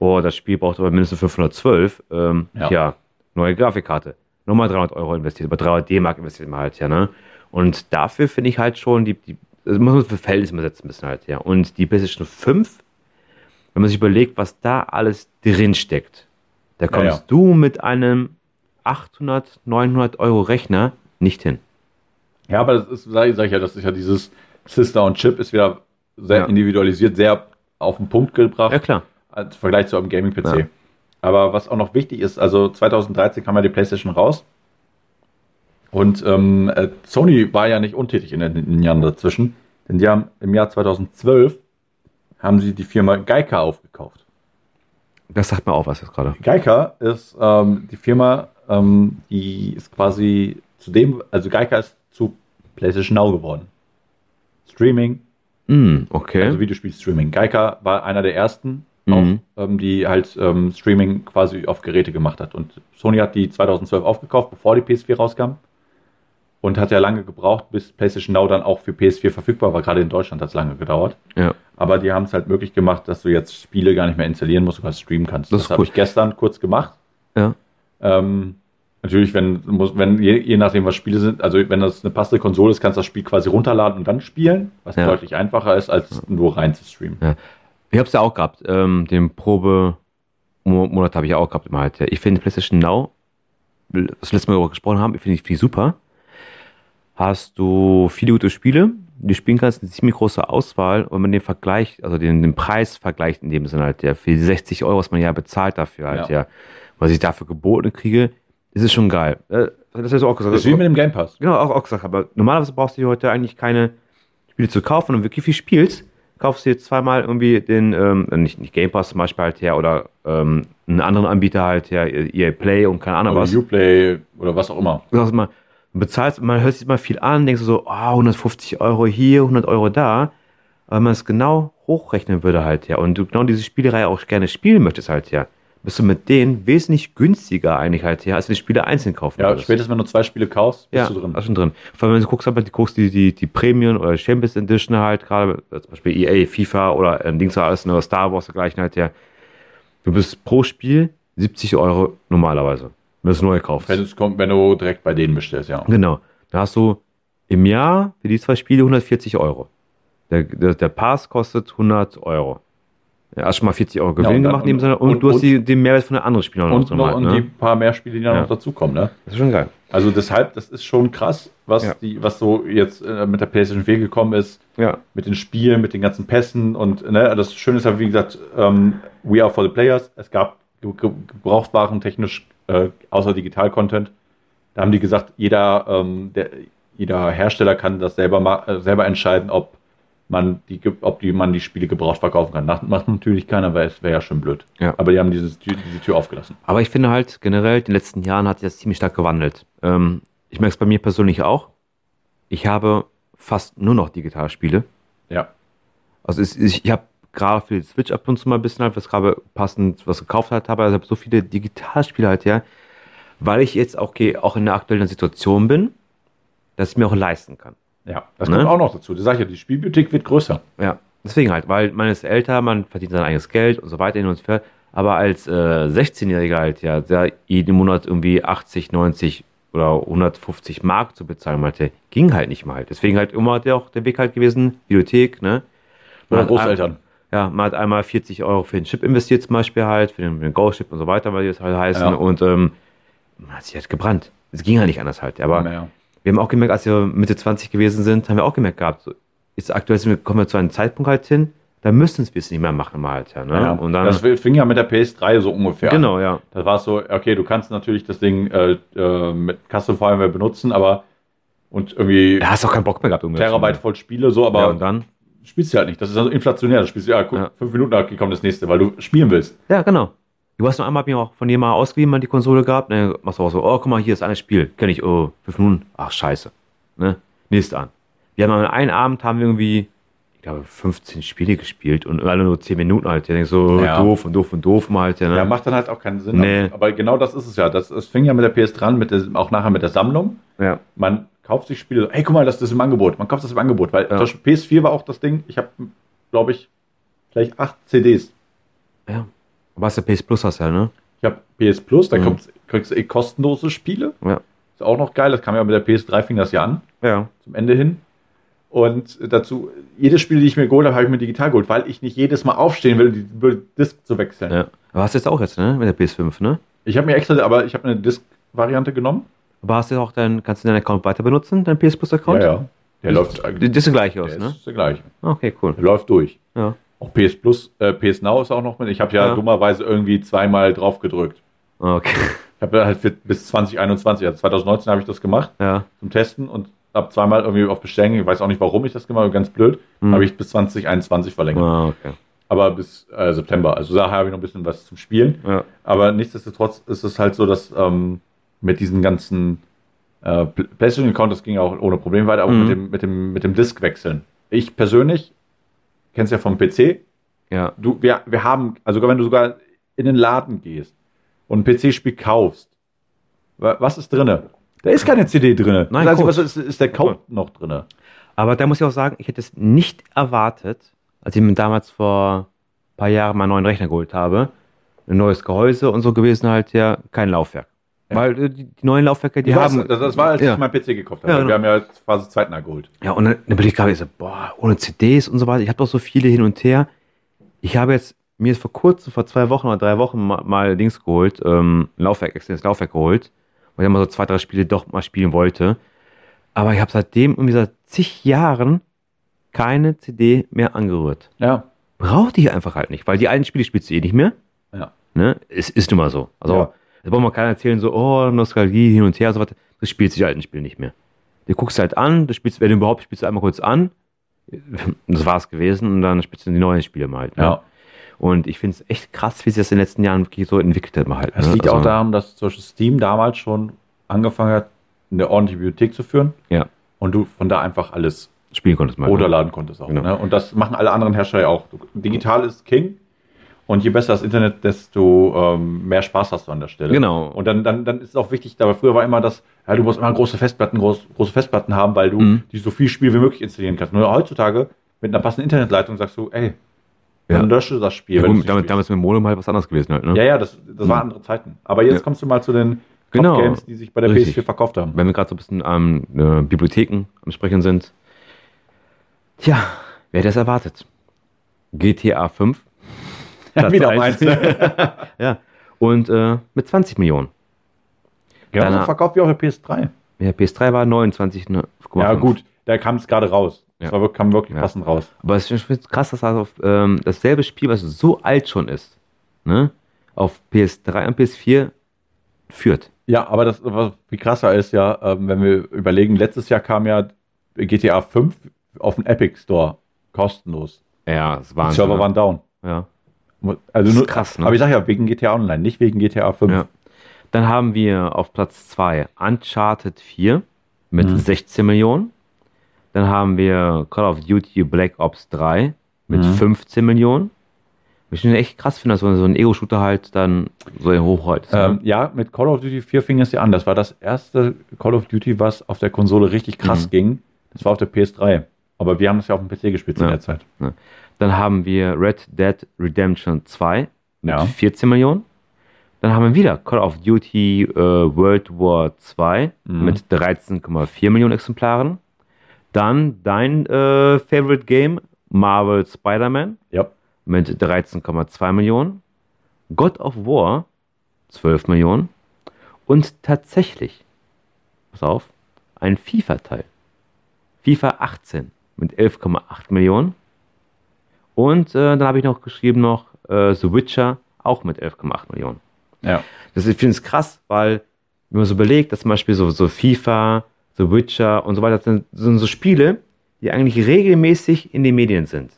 Speaker 1: Oh, das Spiel braucht aber mindestens 512. Ähm, ja.
Speaker 2: Ja.
Speaker 1: neue Grafikkarte. Nochmal 300 Euro investiert, aber 300 D-Mark investiert man halt her, ne? Und dafür finde ich halt schon, die, die, das muss man für Verhältnisse mal setzen müssen halt her. Und die PlayStation 5, wenn man sich überlegt, was da alles drin steckt, da kommst
Speaker 2: ja.
Speaker 1: du mit einem 800, 900 Euro Rechner nicht hin.
Speaker 2: Ja, aber das ist, sag ich, sag ich ja, das ist ja dieses Sister und Chip ist wieder sehr
Speaker 1: Ja.
Speaker 2: individualisiert, sehr auf den Punkt gebracht
Speaker 1: Ja, klar.
Speaker 2: als Vergleich zu einem Gaming-PC.
Speaker 1: Ja.
Speaker 2: Aber was auch noch wichtig ist, also 2013 kam ja die PlayStation raus und ähm, äh, Sony war ja nicht untätig in den, in den Jahren dazwischen, denn die haben im Jahr 2012 haben sie die Firma Geica aufgekauft.
Speaker 1: Das sagt mir auch was jetzt gerade.
Speaker 2: Geica ist ähm, die Firma, ähm, die ist quasi zu dem, also Geica ist zu PlayStation Now geworden. Streaming,
Speaker 1: Mm, okay.
Speaker 2: also Videospielstreaming. Geica war einer der ersten,
Speaker 1: Mhm.
Speaker 2: auch, ähm, die halt ähm, Streaming quasi auf Geräte gemacht hat. Und Sony hat die 2012 aufgekauft, bevor die PS4 rauskam. Und hat ja lange gebraucht, bis PlayStation Now dann auch für PS4 verfügbar war. Gerade in Deutschland hat es lange gedauert.
Speaker 1: ja.
Speaker 2: Aber die haben es halt möglich gemacht, dass du jetzt Spiele gar nicht mehr installieren musst, sogar streamen kannst.
Speaker 1: Das
Speaker 2: Das,
Speaker 1: ist
Speaker 2: habe
Speaker 1: cool.
Speaker 2: ich gestern kurz gemacht.
Speaker 1: Ja.
Speaker 2: Ähm, natürlich, wenn, muss, wenn je, je nachdem, was Spiele sind, also wenn das eine passende Konsole ist, kannst du das Spiel quasi runterladen und dann spielen, was
Speaker 1: Ja.
Speaker 2: deutlich einfacher ist, als nur rein zu streamen.
Speaker 1: Ich hab's ja auch gehabt. Ähm, den Probemonat habe ich ja auch gehabt immer halt. ja. Ich finde PlayStation Now, das letzte Mal darüber gesprochen haben, finde ich viel super. Hast du viele gute Spiele, die du spielen kannst, eine ziemlich große Auswahl. Und wenn man den Vergleich, also den, den Preis vergleicht in dem Sinne halt, ja, für die 60 Euro, was man ja bezahlt dafür halt, ja.
Speaker 2: Ja.
Speaker 1: Was ich dafür geboten kriege, ist es schon geil. Äh, Das hast du auch gesagt.
Speaker 2: Das ist wie mit dem Game Pass.
Speaker 1: Genau, auch, auch gesagt. Aber normalerweise brauchst du dir heute eigentlich keine Spiele zu kaufen. Und wenn du wirklich viel spielst, kaufst du dir zweimal irgendwie den, ähm, nicht, nicht Game Pass zum Beispiel halt her oder ähm, einen anderen Anbieter halt her, EA Play und keine Ahnung
Speaker 2: Oder
Speaker 1: was.
Speaker 2: Uplay oder was auch immer.
Speaker 1: Du sagst mal, du bezahlst, man hört sich mal viel an, denkst du so, ah, 150 Euro hier, 100 Euro da. Aber wenn man es genau hochrechnen würde halt her und du genau diese Spielereihe auch gerne spielen möchtest halt her, bist du mit denen wesentlich günstiger eigentlich halt her, als wenn du die Spiele einzeln kaufen
Speaker 2: Ja,
Speaker 1: würdest.
Speaker 2: spätestens wenn du zwei Spiele kaufst, bist
Speaker 1: Ja, Also-
Speaker 2: du drin.
Speaker 1: auch schon drin. Vor allem, wenn du guckst, aber die guckst die, die, die Premium oder Champions Edition halt, gerade äh, zum Beispiel EA, FIFA oder äh, Dings alles, ne, Star Wars dergleichen halt, ja. Du bist pro Spiel 70 Euro normalerweise, wenn du es neu kaufst.
Speaker 2: Wenn, es kommt, wenn du direkt bei denen bestellst, ja.
Speaker 1: Genau. Da hast du im Jahr für die zwei Spiele 140 Euro. Der, der, der Pass kostet 100 Euro. Ja, hast schon mal 40 Euro Gewinn
Speaker 2: und dann-
Speaker 1: gemacht in dem
Speaker 2: und-
Speaker 1: Sinne und,
Speaker 2: und-
Speaker 1: du hast
Speaker 2: und-
Speaker 1: die, den Mehrwert von den anderen Spielern
Speaker 2: Und,
Speaker 1: drin
Speaker 2: noch,
Speaker 1: halt,
Speaker 2: und
Speaker 1: ne?
Speaker 2: die paar mehr Spiele, die dann
Speaker 1: Ja.
Speaker 2: noch dazukommen, ne?
Speaker 1: Das ist schon geil.
Speaker 2: Also deshalb, das ist schon krass, was
Speaker 1: Ja.
Speaker 2: die, was so jetzt äh, mit der PlayStation 4 gekommen ist,
Speaker 1: Ja.
Speaker 2: mit den Spielen, mit den ganzen Pässen und ne, das Schöne ist ja, wie gesagt, ähm, We Are for the Players. Es gab ge- ge- gebrauchtbaren technisch äh, außer Digital-Content. Da haben die gesagt, jeder, ähm, der, jeder Hersteller kann das selber ma- äh, selber entscheiden, ob man die, ge- ob die man die Spiele gebraucht verkaufen kann. Das macht natürlich keiner, weil es wäre ja schon blöd.
Speaker 1: Ja.
Speaker 2: Aber die haben dieses, Tür- diese Tür aufgelassen.
Speaker 1: Aber ich finde halt generell, in den letzten Jahren hat sich das ziemlich stark gewandelt. Ähm, ich merke es bei mir persönlich auch. Ich habe fast nur noch digitale Spiele.
Speaker 2: Ja.
Speaker 1: Also es, ich, ich habe gerade für die Switch ab und zu mal ein bisschen halt, was gerade passend, was gekauft halt habe. Also ich habe so viele Digitalspiele halt her, weil ich jetzt auch, okay, auch in der aktuellen Situation bin, dass ich mir auch leisten kann.
Speaker 2: Ja, das
Speaker 1: Ne?
Speaker 2: kommt auch noch dazu. Das sag ich ja, die Spielbibliothek wird größer.
Speaker 1: Ja, deswegen halt, weil man ist älter, man verdient sein eigenes Geld und so weiter hin und so fort. Aber als äh, 16-Jähriger halt, ja, der jeden Monat irgendwie 80, 90 oder 150 Mark zu bezahlen meinte, ging halt nicht mal. Deswegen halt immer der, auch der Weg halt gewesen, Bibliothek, ne?
Speaker 2: Oder
Speaker 1: hat ein-
Speaker 2: Großeltern.
Speaker 1: Ja, man hat einmal 40 Euro für den Chip investiert, zum Beispiel halt, für den, für den Go-Chip und so weiter, weil die das halt heißen.
Speaker 2: Ja.
Speaker 1: Und ähm, man hat sich halt gebrannt. Es ging halt nicht anders halt. Aber
Speaker 2: Naja.
Speaker 1: wir haben auch gemerkt, als wir Mitte 20 gewesen sind, haben wir auch gemerkt gehabt, so, jetzt aktuell sind wir, kommen wir zu einem Zeitpunkt halt hin, da müssen wir es nicht mehr machen mal halt. Ja, ne?
Speaker 2: Ja.
Speaker 1: Und dann,
Speaker 2: das fing ja mit der PS3 so ungefähr. an.
Speaker 1: genau, ja.
Speaker 2: Das war so, okay, du kannst natürlich das Ding äh, äh, mit Custom Firmware benutzen, aber und irgendwie
Speaker 1: Da hast du auch keinen Bock mehr gehabt. irgendwie.
Speaker 2: Terabyte voll Spiele, so,
Speaker 1: Ja,
Speaker 2: aber
Speaker 1: und dann?
Speaker 2: spielst du halt nicht. Das ist also inflationär. Das spielst du, ja, guck,
Speaker 1: Ja.
Speaker 2: fünf Minuten, okay, kommt das nächste, weil du spielen willst.
Speaker 1: Ja, genau. Du hast nur einmal mir auch von jemandem ausgeliehen, mal die Konsole gehabt. Ne, machst du auch so, oh, guck mal, hier ist ein Spiel. Kenn ich, oh, fünf Minuten. Ach, scheiße. Ne? Nächst an. Wir haben an einem Abend haben wir irgendwie, ich glaube, 15 Spiele gespielt und alle nur 10 Minuten halt. Ich denk so,
Speaker 2: Ja.
Speaker 1: doof und doof und doof mal halt. Ja, ne?
Speaker 2: Ja, macht dann halt auch keinen Sinn.
Speaker 1: Nee.
Speaker 2: Aber genau das ist es ja. Das, das fing ja mit der PS3 an, mit der, auch nachher mit der Sammlung.
Speaker 1: ja.
Speaker 2: man kauft sich Spiele, so, ey, guck mal, das ist im Angebot. Man kauft das im Angebot, weil
Speaker 1: Ja.
Speaker 2: zum Beispiel PS4 war auch das Ding. Ich habe, glaube ich, vielleicht acht CDs.
Speaker 1: ja. Aber hast du PS Plus hast ja, ne?
Speaker 2: Ich habe PS Plus, da
Speaker 1: Mhm.
Speaker 2: kommt's, kriegst du eh kostenlose Spiele.
Speaker 1: Ja.
Speaker 2: Ist auch noch geil. Das kam ja mit der PS3, fing das ja an,
Speaker 1: Ja.
Speaker 2: zum Ende hin. Und dazu, jedes Spiel, die ich mir geholt habe, habe ich mir digital geholt, weil ich nicht jedes Mal aufstehen will, die die Disc zu wechseln.
Speaker 1: ja. Aber hast du jetzt auch jetzt, ne? Mit der PS5, ne?
Speaker 2: Ich habe mir extra, aber ich habe eine Disc-Variante genommen.
Speaker 1: Aber hast du auch deinen, kannst du deinen Account weiter benutzen, deinen PS Plus Account?
Speaker 2: Der läuft eigentlich.
Speaker 1: Das ist der gleiche aus,
Speaker 2: Der
Speaker 1: ne?
Speaker 2: ist der gleiche.
Speaker 1: Okay, cool.
Speaker 2: Der läuft durch.
Speaker 1: Ja.
Speaker 2: Auch PS Plus, äh, PS Now ist auch noch mit. Ich habe ja,
Speaker 1: Ja.
Speaker 2: dummerweise irgendwie zweimal drauf gedrückt.
Speaker 1: Okay.
Speaker 2: Ich habe halt für, bis 2021, also 2019 habe ich das gemacht
Speaker 1: Ja.
Speaker 2: zum Testen und habe zweimal irgendwie auf Bestellen, ich weiß auch nicht, warum ich das gemacht habe, ganz blöd,
Speaker 1: Hm.
Speaker 2: habe ich bis 2021 verlängert.
Speaker 1: Ah, okay.
Speaker 2: Aber bis äh, September. Also daher habe ich noch ein bisschen was zum Spielen.
Speaker 1: Ja.
Speaker 2: Aber nichtsdestotrotz ist es halt so, dass ähm, mit diesen ganzen äh, Pl- PlayStation-Account, das ging auch ohne Problem weiter, aber
Speaker 1: Mhm.
Speaker 2: mit dem, mit dem, mit dem Disk wechseln. Ich persönlich, kennst ja vom PC,
Speaker 1: Ja.
Speaker 2: du, wir, wir haben, also wenn du sogar in den Laden gehst und ein PC-Spiel kaufst, wa- was ist drinne? Da ist keine CD drinne.
Speaker 1: Nein,
Speaker 2: das Einzige,
Speaker 1: Code.
Speaker 2: was ist, ist der Code noch drinne.
Speaker 1: Aber da muss ich auch sagen, ich hätte es nicht erwartet, als ich mir damals vor ein paar Jahren meinen neuen Rechner geholt habe. Ein neues Gehäuse und so gewesen halt ja kein Laufwerk.
Speaker 2: Ja.
Speaker 1: Weil äh, die, die neuen Laufwerke, die
Speaker 2: Ich weiß,
Speaker 1: haben.
Speaker 2: das, das war, als
Speaker 1: ja.
Speaker 2: ich mein PC gekauft habe.
Speaker 1: Ja, genau.
Speaker 2: Wir haben ja quasi zeitnah geholt.
Speaker 1: Ja, und dann, dann bin ich gerade so, boah, ohne CDs und so weiter. Ich habe doch so viele hin und her. Ich habe jetzt, mir ist vor kurzem, vor zwei Wochen oder drei Wochen mal, mal Dings geholt, ähm, ein Laufwerk, externes Laufwerk geholt, weil ich mal so zwei, drei Spiele doch mal spielen wollte. Aber ich habe seitdem, irgendwie seit zig Jahren, keine CD mehr angerührt.
Speaker 2: Ja.
Speaker 1: Brauchte ich einfach halt nicht, weil die alten Spiele spielst du eh nicht mehr.
Speaker 2: Ja.
Speaker 1: Ne? Es ist nun mal so. Also,
Speaker 2: Ja.
Speaker 1: da braucht man keiner erzählen, so, oh, Nostalgie hin und her und so weiter. Du spielst die alten Spiele nicht mehr. Du guckst halt an, du spielst, wenn du überhaupt spielst, du einmal kurz an. Das war's gewesen und dann spielst du die neuen Spiele mal halt. Ne?
Speaker 2: ja.
Speaker 1: Und ich finde es echt krass, wie sich das in den letzten Jahren wirklich so entwickelt hat. Mal halt,
Speaker 2: Es
Speaker 1: ne?
Speaker 2: liegt
Speaker 1: Also,
Speaker 2: auch daran, dass zum Beispiel Steam damals schon angefangen hat, eine ordentliche Bibliothek zu führen.
Speaker 1: Ja.
Speaker 2: Und du von da einfach alles
Speaker 1: Spielen konntest mal.
Speaker 2: oder
Speaker 1: ne?
Speaker 2: laden konntest auch.
Speaker 1: Genau.
Speaker 2: Ne? Und das machen alle anderen Hersteller auch. Du- Digital ist King. Und je besser das Internet, desto ähm, mehr Spaß hast du an der Stelle.
Speaker 1: Genau.
Speaker 2: Und dann, dann, dann ist es auch wichtig, aber früher war immer das, ja, du musst immer große Festplatten, groß, große Festplatten haben, weil du
Speaker 1: Mhm.
Speaker 2: die so viel Spiel wie möglich installieren kannst. Nur heutzutage mit einer passenden Internetleitung sagst du, ey,
Speaker 1: Ja.
Speaker 2: dann lösche das Spiel.
Speaker 1: ja,
Speaker 2: wenn
Speaker 1: gut,
Speaker 2: du's nicht
Speaker 1: damit,
Speaker 2: spielst.
Speaker 1: damals mit Modem halt was anderes gewesen halt. Ne?
Speaker 2: ja, ja, das, das waren
Speaker 1: Mhm.
Speaker 2: andere Zeiten. Aber jetzt
Speaker 1: Ja.
Speaker 2: kommst du mal zu den
Speaker 1: Genau.
Speaker 2: Top-Games, die sich bei der
Speaker 1: Richtig.
Speaker 2: PS4 verkauft haben.
Speaker 1: wenn wir gerade so ein bisschen am äh, Bibliotheken am Sprechen sind. Tja, wer hätte das erwartet? GTA 5. Platz eins.
Speaker 2: ne?
Speaker 1: ja. Und äh, mit 20 Millionen.
Speaker 2: Genauso
Speaker 1: Deiner-
Speaker 2: verkauft wie auch der PS3.
Speaker 1: Ja, PS3 war 29. Ne,
Speaker 2: Ja, gut, da kam es gerade raus.
Speaker 1: Ja.
Speaker 2: Es war, wir- kam wirklich
Speaker 1: Ja.
Speaker 2: passend raus.
Speaker 1: Aber es ist schon krass, dass das auf ähm, dasselbe Spiel, was so alt schon ist, ne, auf PS3 und PS4 führt.
Speaker 2: Ja, aber das, was viel krasser ist ja, ähm, wenn wir überlegen, letztes Jahr kam ja GTA 5 auf den Epic Store kostenlos.
Speaker 1: Ja, das
Speaker 2: Die
Speaker 1: war
Speaker 2: Server waren down.
Speaker 1: ja.
Speaker 2: Also
Speaker 1: ne? ist
Speaker 2: nur, also
Speaker 1: krass, ne?
Speaker 2: Aber ich sage ja, wegen GTA Online, nicht wegen GTA 5.
Speaker 1: Ja. Dann haben wir auf Platz 2 Uncharted 4 mit
Speaker 2: Mhm.
Speaker 1: 16 Millionen. Dann haben wir Call of Duty Black Ops 3 mit
Speaker 2: Mhm.
Speaker 1: 15 Millionen. Ich finde echt krass, finde, dass man so einen Ego-Shooter halt dann so ne? hochholt.
Speaker 2: Ähm, ja, mit Call of Duty 4 fing es ja an. Das war das erste Call of Duty, was auf der Konsole richtig krass
Speaker 1: Mhm.
Speaker 2: ging. Das war auf der PS3. Aber wir haben es ja auf dem PC gespielt zu
Speaker 1: Ja.
Speaker 2: der Zeit.
Speaker 1: Ne? Dann haben wir Red Dead Redemption 2 mit
Speaker 2: Ja.
Speaker 1: 14 Millionen. Dann haben wir wieder Call of Duty äh, World War 2
Speaker 2: Mhm.
Speaker 1: mit 13,4 Millionen Exemplaren. Dann dein äh, Favorite Game, Marvel Spider-Man
Speaker 2: Ja.
Speaker 1: mit 13,2 Millionen. God of War 12 Millionen. Und tatsächlich, pass auf, ein FIFA-Teil. FIFA 18 mit 11,8 Millionen. Und äh, dann habe ich noch geschrieben noch äh, The Witcher auch mit 11,8 Millionen.
Speaker 2: Ja.
Speaker 1: Das, ich finde es krass, weil wenn man so überlegt, dass zum Beispiel so, so FIFA, The Witcher und so weiter, das sind, sind so Spiele, die eigentlich regelmäßig in den Medien sind.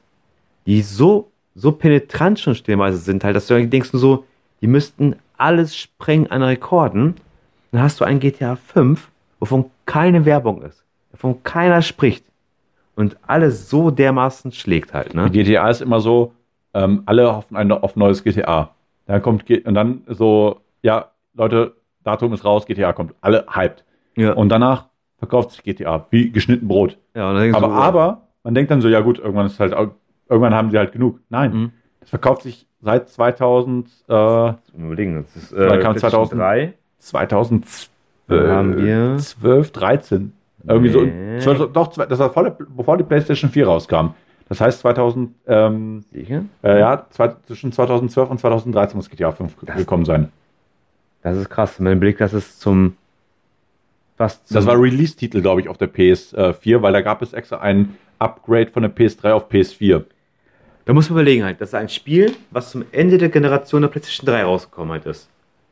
Speaker 1: Die so, so penetrant schon stellenweise sind, halt, dass du eigentlich denkst nur so, die müssten alles sprengen an Rekorden. Dann hast du ein GTA 5, wovon keine Werbung ist, wovon keiner spricht. Und alles so dermaßen schlägt halt, ne?
Speaker 2: GTA ist immer so, ähm, alle hoffen ein, auf neues GTA. Dann kommt G und dann so, ja, Leute, Datum ist raus, GTA kommt. Alle hyped.
Speaker 1: Ja,
Speaker 2: Und danach verkauft sich GTA wie geschnitten Brot.
Speaker 1: ja, und dann denkst
Speaker 2: Aber,
Speaker 1: du,
Speaker 2: aber man denkt dann so, ja gut, irgendwann ist halt au- irgendwann haben sie halt genug. Nein,
Speaker 1: Mhm.
Speaker 2: das verkauft sich seit 2000, äh,
Speaker 1: Mal Überlegen, das ist äh,
Speaker 2: Wann kam
Speaker 1: 2003.
Speaker 2: 2012,
Speaker 1: Dann haben wir-
Speaker 2: 12, 13. Irgendwie so.
Speaker 1: Nee.
Speaker 2: 12, doch, zwei- das war vor der, bevor die PlayStation 4 rauskam. Das heißt 2000, ähm,
Speaker 1: Sicher?
Speaker 2: äh, ja, zwei, zwischen 2012 und 2013 muss GTA 5
Speaker 1: Das-
Speaker 2: gekommen sein.
Speaker 1: Das ist krass. Mein Blick, das ist zum. Fast zum
Speaker 2: Das war Release-Titel, glaube ich, auf der PS4, weil da gab es extra ein Upgrade von der PS3 auf PS4.
Speaker 1: da muss man überlegen halt. Das ist ein Spiel, was zum Ende der Generation der PlayStation 3 rausgekommen halt ist.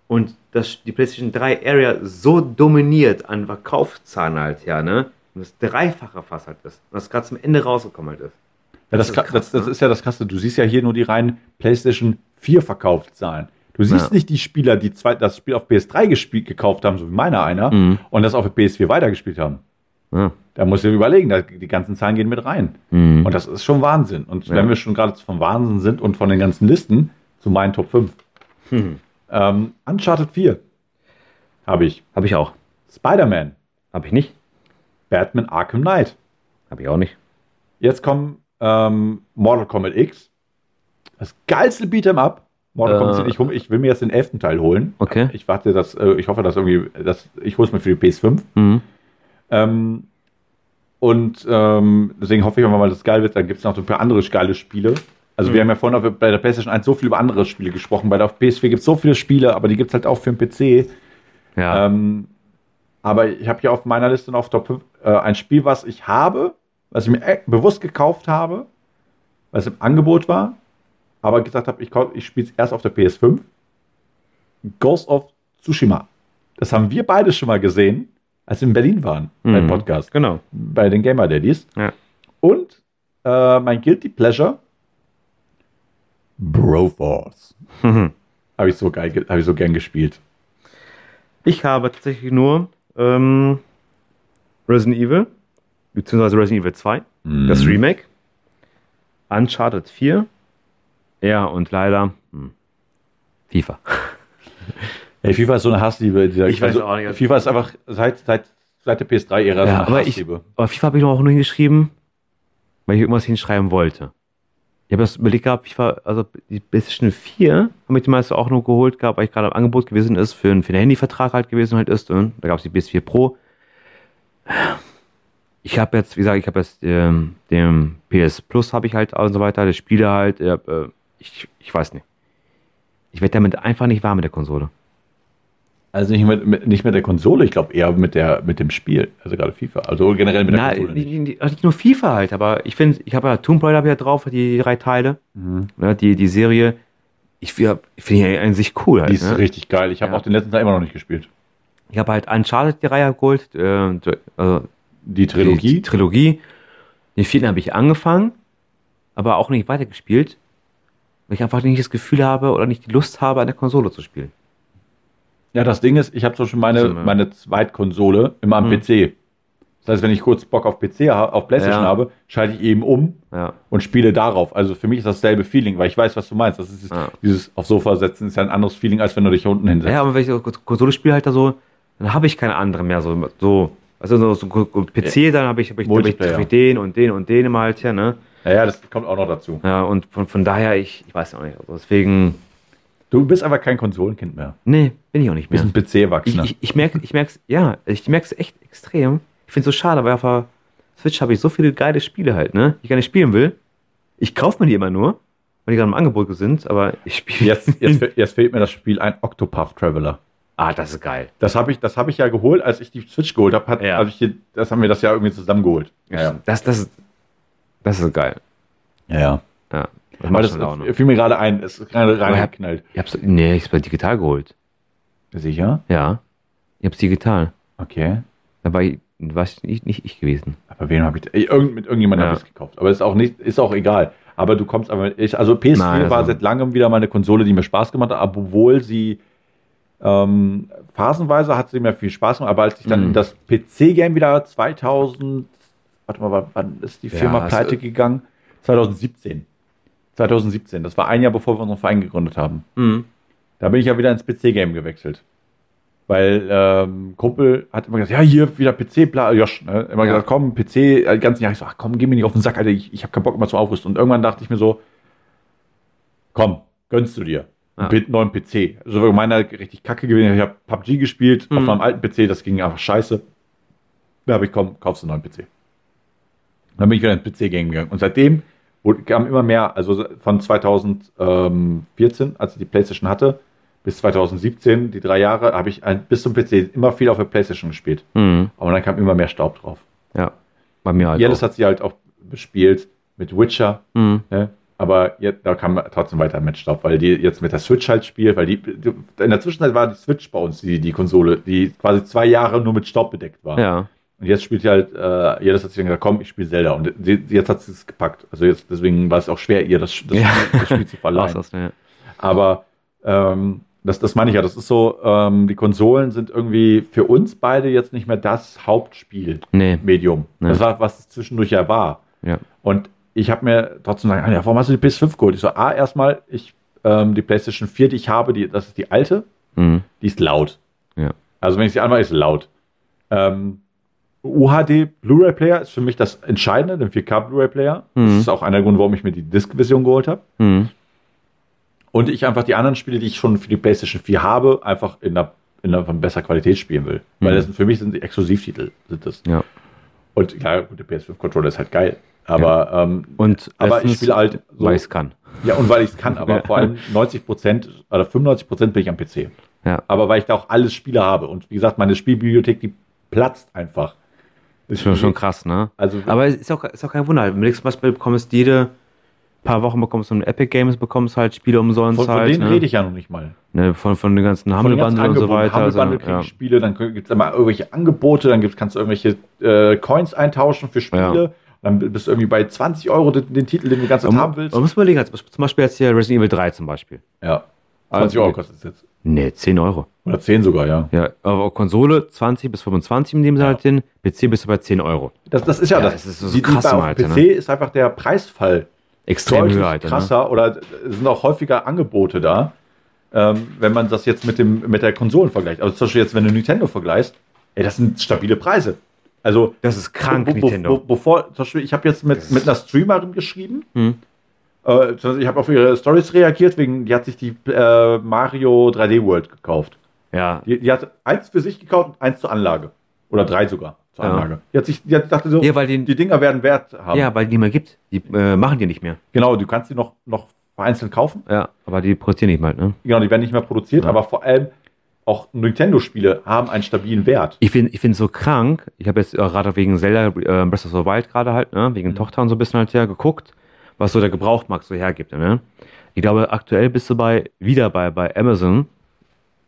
Speaker 1: Und das, die PlayStation 3 Area so dominiert an Verkaufszahlen halt, ja, ne? Und das Dreifache fast halt ist. Und das gerade zum Ende rausgekommen halt ist.
Speaker 2: Ja, das,
Speaker 1: Das ist
Speaker 2: ka-
Speaker 1: krass,
Speaker 2: das, das
Speaker 1: ne?
Speaker 2: ist ja das Krasse. Du siehst ja hier nur die reinen PlayStation 4 Verkaufszahlen. Du siehst
Speaker 1: Ja.
Speaker 2: nicht die Spieler, die zwei, das Spiel auf PS3 gespielt, gekauft haben, so wie meiner einer,
Speaker 1: Mhm.
Speaker 2: und das auf der PS4 weitergespielt haben.
Speaker 1: Ja.
Speaker 2: Da musst du dir überlegen, da, die ganzen Zahlen gehen mit rein.
Speaker 1: hm.
Speaker 2: Und das ist schon Wahnsinn. Und
Speaker 1: Mhm. Ja.
Speaker 2: wenn wir schon gerade vom Wahnsinn sind und von den ganzen Listen, zu meinen Top 5.
Speaker 1: Hm.
Speaker 2: Ähm, Uncharted 4 habe ich.
Speaker 1: Hab ich auch.
Speaker 2: Spider-Man,
Speaker 1: Hab ich nicht.
Speaker 2: Batman Arkham Knight.
Speaker 1: Hab ich auch nicht.
Speaker 2: Jetzt kommen ähm, Mortal Kombat X. Das geilste Beat'em Up. Mortal
Speaker 1: Äh.
Speaker 2: Kombat ich, hol- ich will mir jetzt den elften Teil holen.
Speaker 1: Okay.
Speaker 2: Ich warte, dass, äh, ich hoffe, dass irgendwie, dass, ich hole es mir für die PS5.
Speaker 1: Mhm.
Speaker 2: Ähm, und ähm, deswegen hoffe ich einfach mal, dass es geil wird. Dann gibt es noch so ein paar andere geile Spiele. Also wir haben ja vorhin auf, bei der PlayStation 1 so viel über andere Spiele gesprochen. Bei der PS4 gibt es so viele Spiele, aber die gibt es halt auch für den PC.
Speaker 1: Ja.
Speaker 2: Ähm, aber ich habe hier auf meiner Liste noch auf Top 5 äh, ein Spiel, was ich habe, was ich mir e- bewusst gekauft habe, was im Angebot war, aber gesagt habe, ich, kau- ich spiele es erst auf der PS5. Ghost of Tsushima. Das haben wir beide schon mal gesehen, als wir in Berlin waren, beim
Speaker 1: Mhm.
Speaker 2: Podcast,
Speaker 1: genau.
Speaker 2: bei den Gamer Daddies.
Speaker 1: Ja.
Speaker 2: Und äh, mein Guilty Pleasure, Broforce. Habe ich, so geil ge- hab ich so gern gespielt.
Speaker 1: Ich habe tatsächlich nur ähm, Resident Evil, beziehungsweise Resident Evil 2, das
Speaker 2: Mhm.
Speaker 1: Remake, Uncharted 4, ja, und leider hm, FIFA.
Speaker 2: Ey, FIFA ist so eine Hassliebe. Dieser,
Speaker 1: Ich weiß auch nicht. also
Speaker 2: FIFA ist einfach seit, seit, seit der
Speaker 1: Ja,
Speaker 2: PS3-Ära so eine
Speaker 1: aber ich,
Speaker 2: Hassliebe.
Speaker 1: aber FIFA habe ich doch auch nur hingeschrieben, weil ich irgendwas hinschreiben wollte. Ich habe das überlegt gehabt, FIFA, also die PlayStation 4 habe ich die meiste auch nur geholt gehabt, weil ich gerade im Angebot gewesen ist, für, einen- für den Handyvertrag halt gewesen halt ist. Und da gab es die PS4 Pro. Ich habe jetzt, wie gesagt, ich habe jetzt ähm, dem PS Plus habe ich halt und so weiter, das Spiele halt, ich, hab, äh, ich, ich weiß nicht. Ich werde damit einfach nicht warm mit der Konsole.
Speaker 2: Also nicht mit, mit, nicht mit der Konsole, ich glaube eher mit, der, mit dem Spiel. Also gerade FIFA. Also generell mit der
Speaker 1: Na,
Speaker 2: Konsole.
Speaker 1: nicht, nicht, also nicht nur FIFA halt, aber ich finde, ich habe ja Tomb Raider hab ich ja drauf, die drei Teile.
Speaker 2: Mhm.
Speaker 1: ne, die, die Serie, ich, wir- ich finde die an sich cool.
Speaker 2: Die
Speaker 1: Halt,
Speaker 2: ist
Speaker 1: ne?
Speaker 2: richtig geil. Ich habe
Speaker 1: Ja.
Speaker 2: auch den letzten Teil immer noch nicht gespielt.
Speaker 1: Ich habe halt Uncharted die Reihe geholt, äh, d- also
Speaker 2: Die
Speaker 1: Die, die
Speaker 2: Trilogie.
Speaker 1: Trilogie. Den vierten habe ich angefangen, aber auch nicht weitergespielt, weil ich einfach nicht das Gefühl habe oder nicht die Lust habe, an der Konsole zu spielen.
Speaker 2: Ja, das Ding ist, ich habe zum Beispiel meine,
Speaker 1: Also, ja.
Speaker 2: meine Zweitkonsole immer am
Speaker 1: Mhm.
Speaker 2: PC. Das heißt, wenn ich kurz Bock auf PC ha- auf PlayStation
Speaker 1: Ja.
Speaker 2: habe, schalte ich eben um
Speaker 1: Ja,
Speaker 2: und spiele darauf. Also für mich ist das selbe Feeling, weil ich weiß, was du meinst. Das ist
Speaker 1: Ja.
Speaker 2: dieses auf Sofa setzen ist ja ein anderes Feeling, als wenn du dich hier unten hinsetzt.
Speaker 1: ja aber wenn ich so Konsole spiele halt da so, dann habe ich keine andere mehr. So, so also so, so PC, dann habe ich, hab ich, hab ich,
Speaker 2: Multiplayer.
Speaker 1: hab ich den und den und den immer halt hier, ne?
Speaker 2: Ja, ja, das kommt auch noch dazu.
Speaker 1: Ja, und von, von daher, ich, ich weiß auch nicht. Also deswegen,
Speaker 2: Du bist aber kein Konsolenkind mehr.
Speaker 1: Nee, bin ich auch nicht
Speaker 2: Du bist
Speaker 1: mehr.
Speaker 2: ein PC-Erwachsener.
Speaker 1: Ich, ich, ich merke, ich merk's, ja, ich merk's echt extrem. Ich find's so schade, weil auf der Switch habe ich so viele geile Spiele halt, ne? Die ich gar nicht spielen will. Ich kaufe mir die immer nur, weil die gerade im Angebot sind, aber ich spiele
Speaker 2: Jetzt, jetzt, fe- jetzt fehlt mir das Spiel ein Octopath Traveler.
Speaker 1: Ah, das ist geil.
Speaker 2: Das habe ich, das hab ich ja geholt, als ich die Switch geholt habe. Hab,
Speaker 1: Ja.
Speaker 2: hab ich die- das haben wir das ja irgendwie zusammengeholt.
Speaker 1: Das, das, ist- das ist geil.
Speaker 2: ja. ja.
Speaker 1: Ja. Das
Speaker 2: Aber
Speaker 1: macht
Speaker 2: das
Speaker 1: schon Laune.
Speaker 2: fiel mir gerade ein. Es ist gerade reingeknallt.
Speaker 1: Ich hab's, nee, ich hab's bei digital geholt.
Speaker 2: Sicher?
Speaker 1: Ja. Ich hab's digital.
Speaker 2: Okay.
Speaker 1: Da war ich, war ich nicht, nicht ich gewesen.
Speaker 2: Aber wem habe ich. Ey, Irgend, mit irgendjemandem
Speaker 1: Ja.
Speaker 2: habe ich es gekauft. Aber ist auch, nicht, ist auch egal. Aber du kommst aber. Ich, also PS4
Speaker 1: Nein,
Speaker 2: war
Speaker 1: also-
Speaker 2: seit langem wieder mal eine Konsole, die mir Spaß gemacht hat, obwohl sie. Ähm, phasenweise hat sie mir viel Spaß gemacht, aber als ich dann
Speaker 1: Mhm.
Speaker 2: in das PC-Game wieder 2000, warte mal, wann- wann ist die
Speaker 1: Ja,
Speaker 2: Firma
Speaker 1: es- äh,
Speaker 2: pleite gegangen? 2017. 2017, das war ein Jahr bevor wir unseren Verein gegründet haben.
Speaker 1: Mhm.
Speaker 2: Da bin ich ja wieder ins PC-Game gewechselt. Weil ähm, Kumpel hat immer gesagt, ja, hier wieder PC, bla, Josh, ne? immer
Speaker 1: Ja.
Speaker 2: gesagt, komm, PC, äh, die ganzen Jahre, ich so, ach komm, geh mir nicht auf den Sack, Alter, ich, ich habe keinen Bock immer zum Aufrüsten. Und irgendwann dachte ich mir so, komm, gönnst du dir einen
Speaker 1: Ja.
Speaker 2: P- neuen PC. Also meiner richtig kacke gewesen, ich habe PUBG gespielt auf
Speaker 1: Mhm.
Speaker 2: meinem alten PC, das ging einfach scheiße. Da habe ich, komm, kaufst du einen neuen PC. Dann bin ich wieder ins PC-Game gegangen. Und seitdem wurde- kam immer mehr, also von 2014, als ich die PlayStation hatte, bis 2017, die drei Jahre, habe ich ein, bis zum PC immer viel auf der PlayStation gespielt.
Speaker 1: Mhm.
Speaker 2: Aber dann kam immer mehr Staub drauf.
Speaker 1: Ja. Bei mir halt.
Speaker 2: Jedes
Speaker 1: auch.
Speaker 2: hat sie halt auch bespielt mit Witcher,
Speaker 1: Mhm.
Speaker 2: ne? aber jetzt, da kam trotzdem weiter mit Staub, weil die jetzt mit der Switch halt spielt, weil die in der Zwischenzeit war die Switch bei uns die, die Konsole, die quasi zwei Jahre nur mit Staub bedeckt war.
Speaker 1: Ja.
Speaker 2: Und jetzt spielt sie halt, äh, jedes hat sich dann gesagt, komm, ich spiele Zelda. Und sie, jetzt hat sie es gepackt. Also jetzt, deswegen war es auch schwer, ihr das, das,
Speaker 1: Ja.
Speaker 2: das Spiel zu
Speaker 1: Lass
Speaker 2: verlassen.
Speaker 1: das, ne?
Speaker 2: Aber ähm, das, das meine ich ja. Das ist so, ähm, die Konsolen sind irgendwie für uns beide jetzt nicht mehr das Hauptspielmedium.
Speaker 1: Nee. Ja.
Speaker 2: Das war, was es zwischendurch ja war.
Speaker 1: Ja.
Speaker 2: Und ich habe mir trotzdem gesagt, ah, ja, warum hast du die PS5 geholt? Ich so, ah, erstmal, ich, ähm, die PlayStation 4, die ich habe, die, das ist die alte,
Speaker 1: Mhm.
Speaker 2: die ist laut.
Speaker 1: Ja.
Speaker 2: Also wenn ich sie anmache, ist sie laut. Ähm, UHD Blu-ray Player ist für mich das Entscheidende, den 4K Blu-ray Player.
Speaker 1: Mhm.
Speaker 2: Das ist auch einer der Gründe, warum ich mir die Disk-Version geholt habe.
Speaker 1: Mhm.
Speaker 2: Und ich einfach die anderen Spiele, die ich schon für die PlayStation 4 habe, einfach in einer, in einer von besser Qualität spielen will. Weil
Speaker 1: Mhm.
Speaker 2: das sind, für mich sind die Exklusivtitel. Sind das.
Speaker 1: Ja.
Speaker 2: Und klar, gut, der PS5-Controller ist halt geil. Aber, ähm,
Speaker 1: Und
Speaker 2: aber ich
Speaker 1: letztens-
Speaker 2: spiele halt so.
Speaker 1: Weil ich's kann.
Speaker 2: Ja, und weil ich es kann, aber
Speaker 1: Ja.
Speaker 2: vor allem 90 Prozent oder 95 Prozent bin ich am PC.
Speaker 1: Ja.
Speaker 2: Aber weil ich da auch alles Spiele habe. Und wie gesagt, meine Spielbibliothek, die platzt einfach. Ist
Speaker 1: Schon, schon krass, ne?
Speaker 2: Also,
Speaker 1: Aber es ist auch, ist auch kein Wunder. Wenn du nächstes Mal bekommst, jede paar Wochen bekommst du ein Epic Games, bekommst halt Spiele umsonst
Speaker 2: von, von
Speaker 1: halt.
Speaker 2: denen
Speaker 1: ne?
Speaker 2: rede ich ja noch nicht mal.
Speaker 1: Ne, von, von den ganzen
Speaker 2: Von
Speaker 1: Humble
Speaker 2: den ganzen
Speaker 1: Bundle und so
Speaker 2: Angeboten.
Speaker 1: weiter.
Speaker 2: Humble Bundle kriege
Speaker 1: also,
Speaker 2: ich Spiele, dann gibt es immer irgendwelche Angebote, dann gibt's, kannst du irgendwelche äh, Coins eintauschen für Spiele. Dann bist du irgendwie bei 20 Euro den, den Titel, den du die ganze Zeit
Speaker 1: Man,
Speaker 2: haben willst.
Speaker 1: man muss überlegen, als, zum Beispiel jetzt hier Resident Evil 3 zum Beispiel.
Speaker 2: Ja. 20
Speaker 1: Also-
Speaker 2: Euro kostet es jetzt.
Speaker 1: Ne, 10 Euro.
Speaker 2: Oder 10 sogar, ja.
Speaker 1: Ja, aber auf Konsole 20 bis 25 in dem
Speaker 2: Ja.
Speaker 1: Sinne halt hin, PC bist du bei 10 Euro.
Speaker 2: Das, das ist ja,
Speaker 1: Ja,
Speaker 2: das.
Speaker 1: es ist so
Speaker 2: die, die
Speaker 1: krass,
Speaker 2: bei auf
Speaker 1: Alter,
Speaker 2: PC
Speaker 1: ne?
Speaker 2: ist einfach der Preisfall
Speaker 1: Extrem
Speaker 2: deutlich
Speaker 1: höher, Alter. Ne?
Speaker 2: krasser oder es sind auch häufiger Angebote da, ähm, wenn man das jetzt mit, dem, mit der Konsolen vergleicht. Also zum Beispiel jetzt, wenn du Nintendo vergleichst, ey, das sind stabile Preise. Also
Speaker 1: Das ist krank,
Speaker 2: be- be-
Speaker 1: Nintendo.
Speaker 2: be- bevor, zum Beispiel, ich habe jetzt mit,
Speaker 1: Das-
Speaker 2: mit einer Streamerin geschrieben,
Speaker 1: Hm.
Speaker 2: äh, zum Beispiel, ich habe auf ihre Stories reagiert, wegen, die hat sich die äh, Mario 3D World gekauft.
Speaker 1: Ja,
Speaker 2: Die, die hat eins für sich gekauft und eins zur Anlage. Oder drei sogar zur
Speaker 1: Ja.
Speaker 2: Anlage. Die hat sich, die hat, dachte so,
Speaker 1: ja, weil den,
Speaker 2: die Dinger werden Wert haben.
Speaker 1: ja, weil die nicht mehr gibt. Die äh, machen die nicht mehr.
Speaker 2: Genau, du kannst die noch, noch vereinzelt kaufen.
Speaker 1: Ja, aber die produzieren nicht mal, ne?
Speaker 2: Genau, die werden nicht mehr produziert,
Speaker 1: Ja.
Speaker 2: aber vor allem auch Nintendo-Spiele haben einen stabilen Wert.
Speaker 1: Ich finde ich find so krank. Ich habe jetzt äh, gerade wegen Zelda äh, Breath of the Wild gerade halt, ne, wegen
Speaker 2: Mhm.
Speaker 1: Tochter und so ein bisschen halt ja geguckt, was so der Gebrauchmarkt so hergibt. Ne? Ich glaube, aktuell bist du bei wieder bei, bei Amazon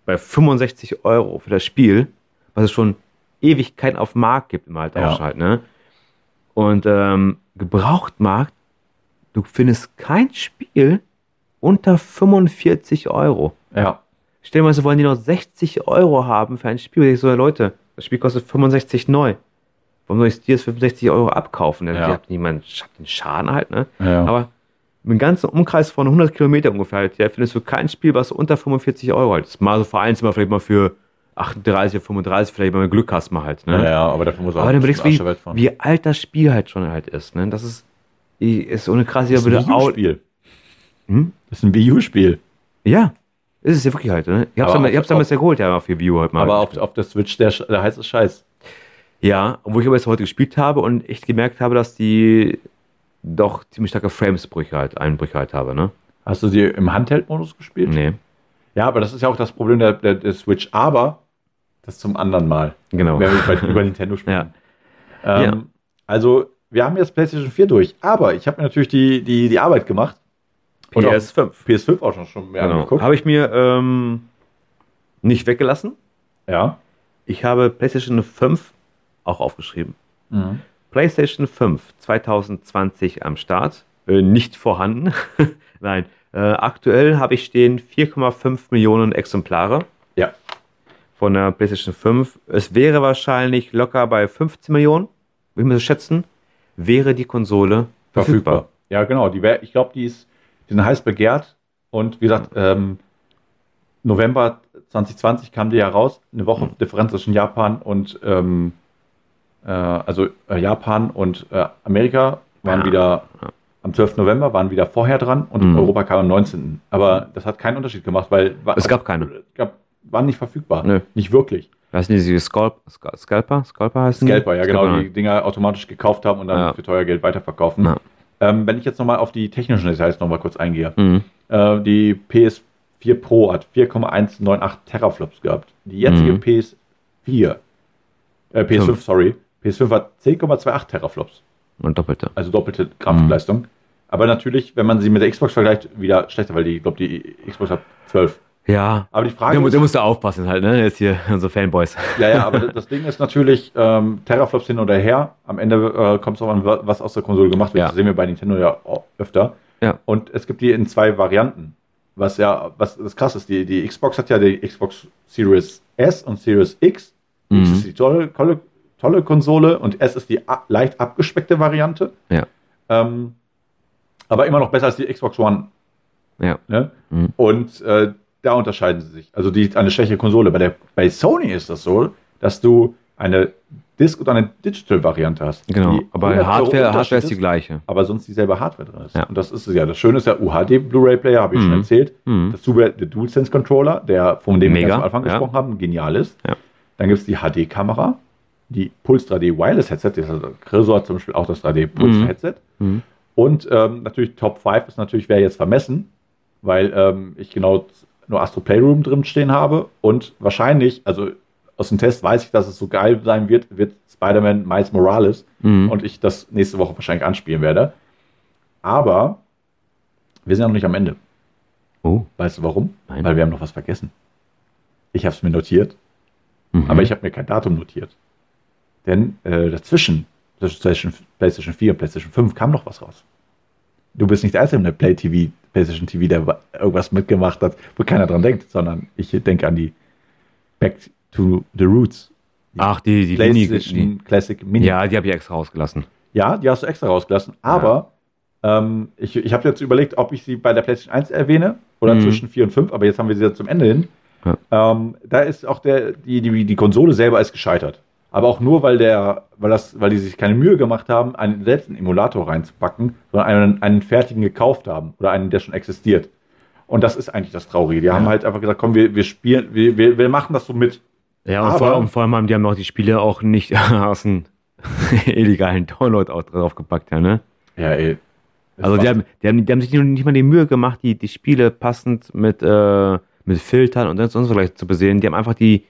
Speaker 1: bei 65 Euro für das Spiel, was es schon Ewigkeiten auf dem Markt gibt, immer halt
Speaker 2: Ja.
Speaker 1: auch schon halt, ne? Und ähm, Gebrauchtmarkt, du findest kein Spiel unter 45 Euro.
Speaker 2: Ja.
Speaker 1: Stell dir mal, so wollen die noch 60 Euro haben für ein Spiel. Ich so, ja, Leute, das Spiel kostet 65 neu. Warum soll ich dir das für 65 Euro abkaufen? Dann
Speaker 2: Ja.
Speaker 1: habt niemand, habt den Schaden halt, ne?
Speaker 2: ja.
Speaker 1: Aber im ganzen Umkreis von 100 Kilometer ungefähr halt, ja, findest du kein Spiel, was unter 45 Euro halt ist. Mal so vereinzelt, mal vielleicht mal für 38 oder 35, vielleicht mal Glück hast mal halt, ne?
Speaker 2: ja, ja, aber dafür muss
Speaker 1: Aber dann überlegst du, wie,
Speaker 2: Asche wegfahren.
Speaker 1: wie alt das Spiel halt schon halt ist, ne? Das ist, ich- ist ohne krass, ich
Speaker 2: Das ist
Speaker 1: würde
Speaker 2: ein
Speaker 1: auch,
Speaker 2: Videospiel.
Speaker 1: Hm?
Speaker 2: Das ist ein Videospiel.
Speaker 1: ja. Ist es ja wirklich halt, ne? Ich hab's,
Speaker 2: Aber
Speaker 1: damals, ich
Speaker 2: auf-
Speaker 1: hab's damals ja geholt, ja, auf Review halt mal.
Speaker 2: Aber auf, auf der Switch, der, Sch- der heiße Scheiß.
Speaker 1: ja, obwohl ich aber jetzt heute gespielt habe und echt gemerkt habe, dass die doch ziemlich starke Framesbrüche halt, Einbrüche halt habe, ne?
Speaker 2: Hast du sie im Handheld-Modus gespielt?
Speaker 1: Nee,
Speaker 2: Ja, aber das ist ja auch das Problem der, der, der Switch. Aber das zum anderen Mal,
Speaker 1: genau.
Speaker 2: wenn wir bei, über Nintendo sprechen. Ähm,
Speaker 1: Ja.
Speaker 2: Also, wir haben jetzt PlayStation 4 durch. Aber ich habe mir natürlich die, die, die Arbeit gemacht. Und auch
Speaker 1: PS5.
Speaker 2: PS5 auch schon, schon mehr
Speaker 1: Genau.
Speaker 2: angeguckt.
Speaker 1: Habe ich mir ähm, nicht weggelassen.
Speaker 2: Ja.
Speaker 1: Ich habe PlayStation 5 auch aufgeschrieben.
Speaker 2: Mhm.
Speaker 1: PlayStation 5 2020 am Start. Äh, nicht vorhanden. Nein. Äh, aktuell habe ich stehen 4,5 Millionen Exemplare
Speaker 2: Ja.
Speaker 1: von der PlayStation 5. Es wäre wahrscheinlich locker bei 15 Millionen, würde ich mir so schätzen, wäre die Konsole verfügbar.
Speaker 2: verfügbar. Ja, genau. Die wär, ich glaube, die, ist- die sind heiß begehrt. Und wie gesagt, ähm, November 2020 kam die ja raus. Eine Woche
Speaker 1: Mhm.
Speaker 2: Differenz zwischen Japan und ähm, äh, also äh, Japan und äh, Amerika waren
Speaker 1: Ja.
Speaker 2: wieder am 12. November waren wieder vorher dran und
Speaker 1: Mhm.
Speaker 2: Europa kam am 19. Aber das hat keinen Unterschied gemacht, weil wa- also,
Speaker 1: Es gab keine.
Speaker 2: Gab, waren nicht verfügbar.
Speaker 1: Nö.
Speaker 2: Nicht wirklich.
Speaker 1: Was sind diese Scalp Scal- Scalper? Scalper heißen die?
Speaker 2: Scalper, ja genau,
Speaker 1: Scalper,
Speaker 2: die Dinger automatisch gekauft haben und dann
Speaker 1: Ja.
Speaker 2: für teuer Geld weiterverkaufen.
Speaker 1: Ja.
Speaker 2: Ähm, wenn ich jetzt nochmal auf die technischen Details nochmal kurz eingehe.
Speaker 1: Mhm.
Speaker 2: Äh, die PS4 Pro hat 4,198 Teraflops gehabt. Die jetzige
Speaker 1: Mhm.
Speaker 2: PS4, äh, PS5,
Speaker 1: Fünf.
Speaker 2: sorry, PS5 hat 10,28 Teraflops,
Speaker 1: Und doppelte.
Speaker 2: also doppelte Grafikleistung. Aber natürlich, wenn man sie mit der Xbox vergleicht, wieder schlechter, weil die, ich glaube, die Xbox hat 12.
Speaker 1: Ja.
Speaker 2: Aber die Frage
Speaker 1: Da, mu-
Speaker 2: ist,
Speaker 1: da musst du aufpassen halt, ne? Jetzt hier so Fanboys.
Speaker 2: ja, ja, aber das Ding ist natürlich, ähm, Teraflops hin oder her, am Ende äh, kommt es darauf an, wa- was aus der Konsole gemacht wird.
Speaker 1: Ja.
Speaker 2: Das sehen wir bei Nintendo ja auch öfter.
Speaker 1: Ja.
Speaker 2: Und es gibt die in zwei Varianten. Was ja, was das krass ist, die, die Xbox hat ja die Xbox Series S und Series X. Die X
Speaker 1: Mhm.
Speaker 2: ist die tolle, tolle, tolle Konsole und S ist die a- leicht abgespeckte Variante.
Speaker 1: Ja.
Speaker 2: Ähm, aber immer noch besser als die Xbox One.
Speaker 1: Ja.
Speaker 2: Ne?
Speaker 1: Mhm.
Speaker 2: Und äh, da unterscheiden sie sich. Also die eine schwächere Konsole. Bei, der, bei Sony ist das so, dass du eine Disk und eine Digital-Variante hast.
Speaker 1: Genau.
Speaker 2: Die
Speaker 1: Aber
Speaker 2: 100 Euro
Speaker 1: Hardware,
Speaker 2: Unterschied
Speaker 1: Hardware ist die
Speaker 2: ist,
Speaker 1: gleiche.
Speaker 2: Aber sonst dieselbe Hardware drin ist.
Speaker 1: Ja.
Speaker 2: Und das ist es ja. Das Schöne ist ja, UHD Blu-ray-Player, habe ich schon
Speaker 1: Mhm.
Speaker 2: erzählt.
Speaker 1: Mhm.
Speaker 2: Dazu der DualSense-Controller, der von dem wir
Speaker 1: Mega,
Speaker 2: ganz am Anfang
Speaker 1: ja.
Speaker 2: gesprochen haben, genial ist.
Speaker 1: Ja.
Speaker 2: Dann gibt es die HD-Kamera, die Pulse 3D Wireless-Headset. das hat- Cresor hat also zum Beispiel auch das 3D-Pulse-Headset.
Speaker 1: Mhm.
Speaker 2: Und ähm, natürlich Top 5 ist natürlich, wer jetzt vermessen, weil ähm, ich genau nur Astro Playroom drin stehen habe und wahrscheinlich, also aus dem Test weiß ich, dass es so geil sein wird, wird Spider-Man Miles Morales
Speaker 1: Mhm.
Speaker 2: und ich das nächste Woche wahrscheinlich anspielen werde. Aber wir sind ja noch nicht am Ende.
Speaker 1: Oh.
Speaker 2: Weißt du warum?
Speaker 1: Nein.
Speaker 2: Weil wir haben noch was vergessen. Ich habe es mir notiert,
Speaker 1: Mhm.
Speaker 2: aber ich habe mir kein Datum notiert. Denn äh, dazwischen, zwischen PlayStation, PlayStation 4 und PlayStation 5, kam noch was raus. Du bist nicht der Einzige in der Play TV, PlayStation TV, der wa- irgendwas mitgemacht hat, wo keiner dran denkt, sondern ich denke an die Back to the Roots.
Speaker 1: Ach, die, die Mini. Die,
Speaker 2: PlayStation Classic Mini.
Speaker 1: ja, die habe ich extra rausgelassen.
Speaker 2: Ja, die hast du extra rausgelassen. Aber ähm, ich, ich habe jetzt überlegt, ob ich sie bei der PlayStation 1 erwähne oder
Speaker 1: Mhm.
Speaker 2: zwischen 4 und 5, aber jetzt haben wir sie ja zum Ende hin.
Speaker 1: Ja.
Speaker 2: Ähm, da ist auch der, die, die, die Konsole selber ist gescheitert. Aber auch nur, weil, der, weil, das, weil die sich keine Mühe gemacht haben, einen selbst einen Emulator reinzupacken, sondern einen, einen fertigen gekauft haben oder einen, der schon existiert. Und das ist eigentlich das Traurige. Die haben halt einfach gesagt, komm, wir, wir spielen, wir, wir, wir machen das so mit.
Speaker 1: Ja, und
Speaker 2: Aber-
Speaker 1: vor, allem- vor allem haben die haben auch die Spiele auch nicht aus dem illegalen Download auch draufgepackt, ja, ne?
Speaker 2: Ja, ey.
Speaker 1: Also die haben, die, haben, die haben sich nicht- nicht mal die Mühe gemacht, die, die Spiele passend mit, äh, mit Filtern und sonst sonst vielleicht zu besehen. Die haben einfach die,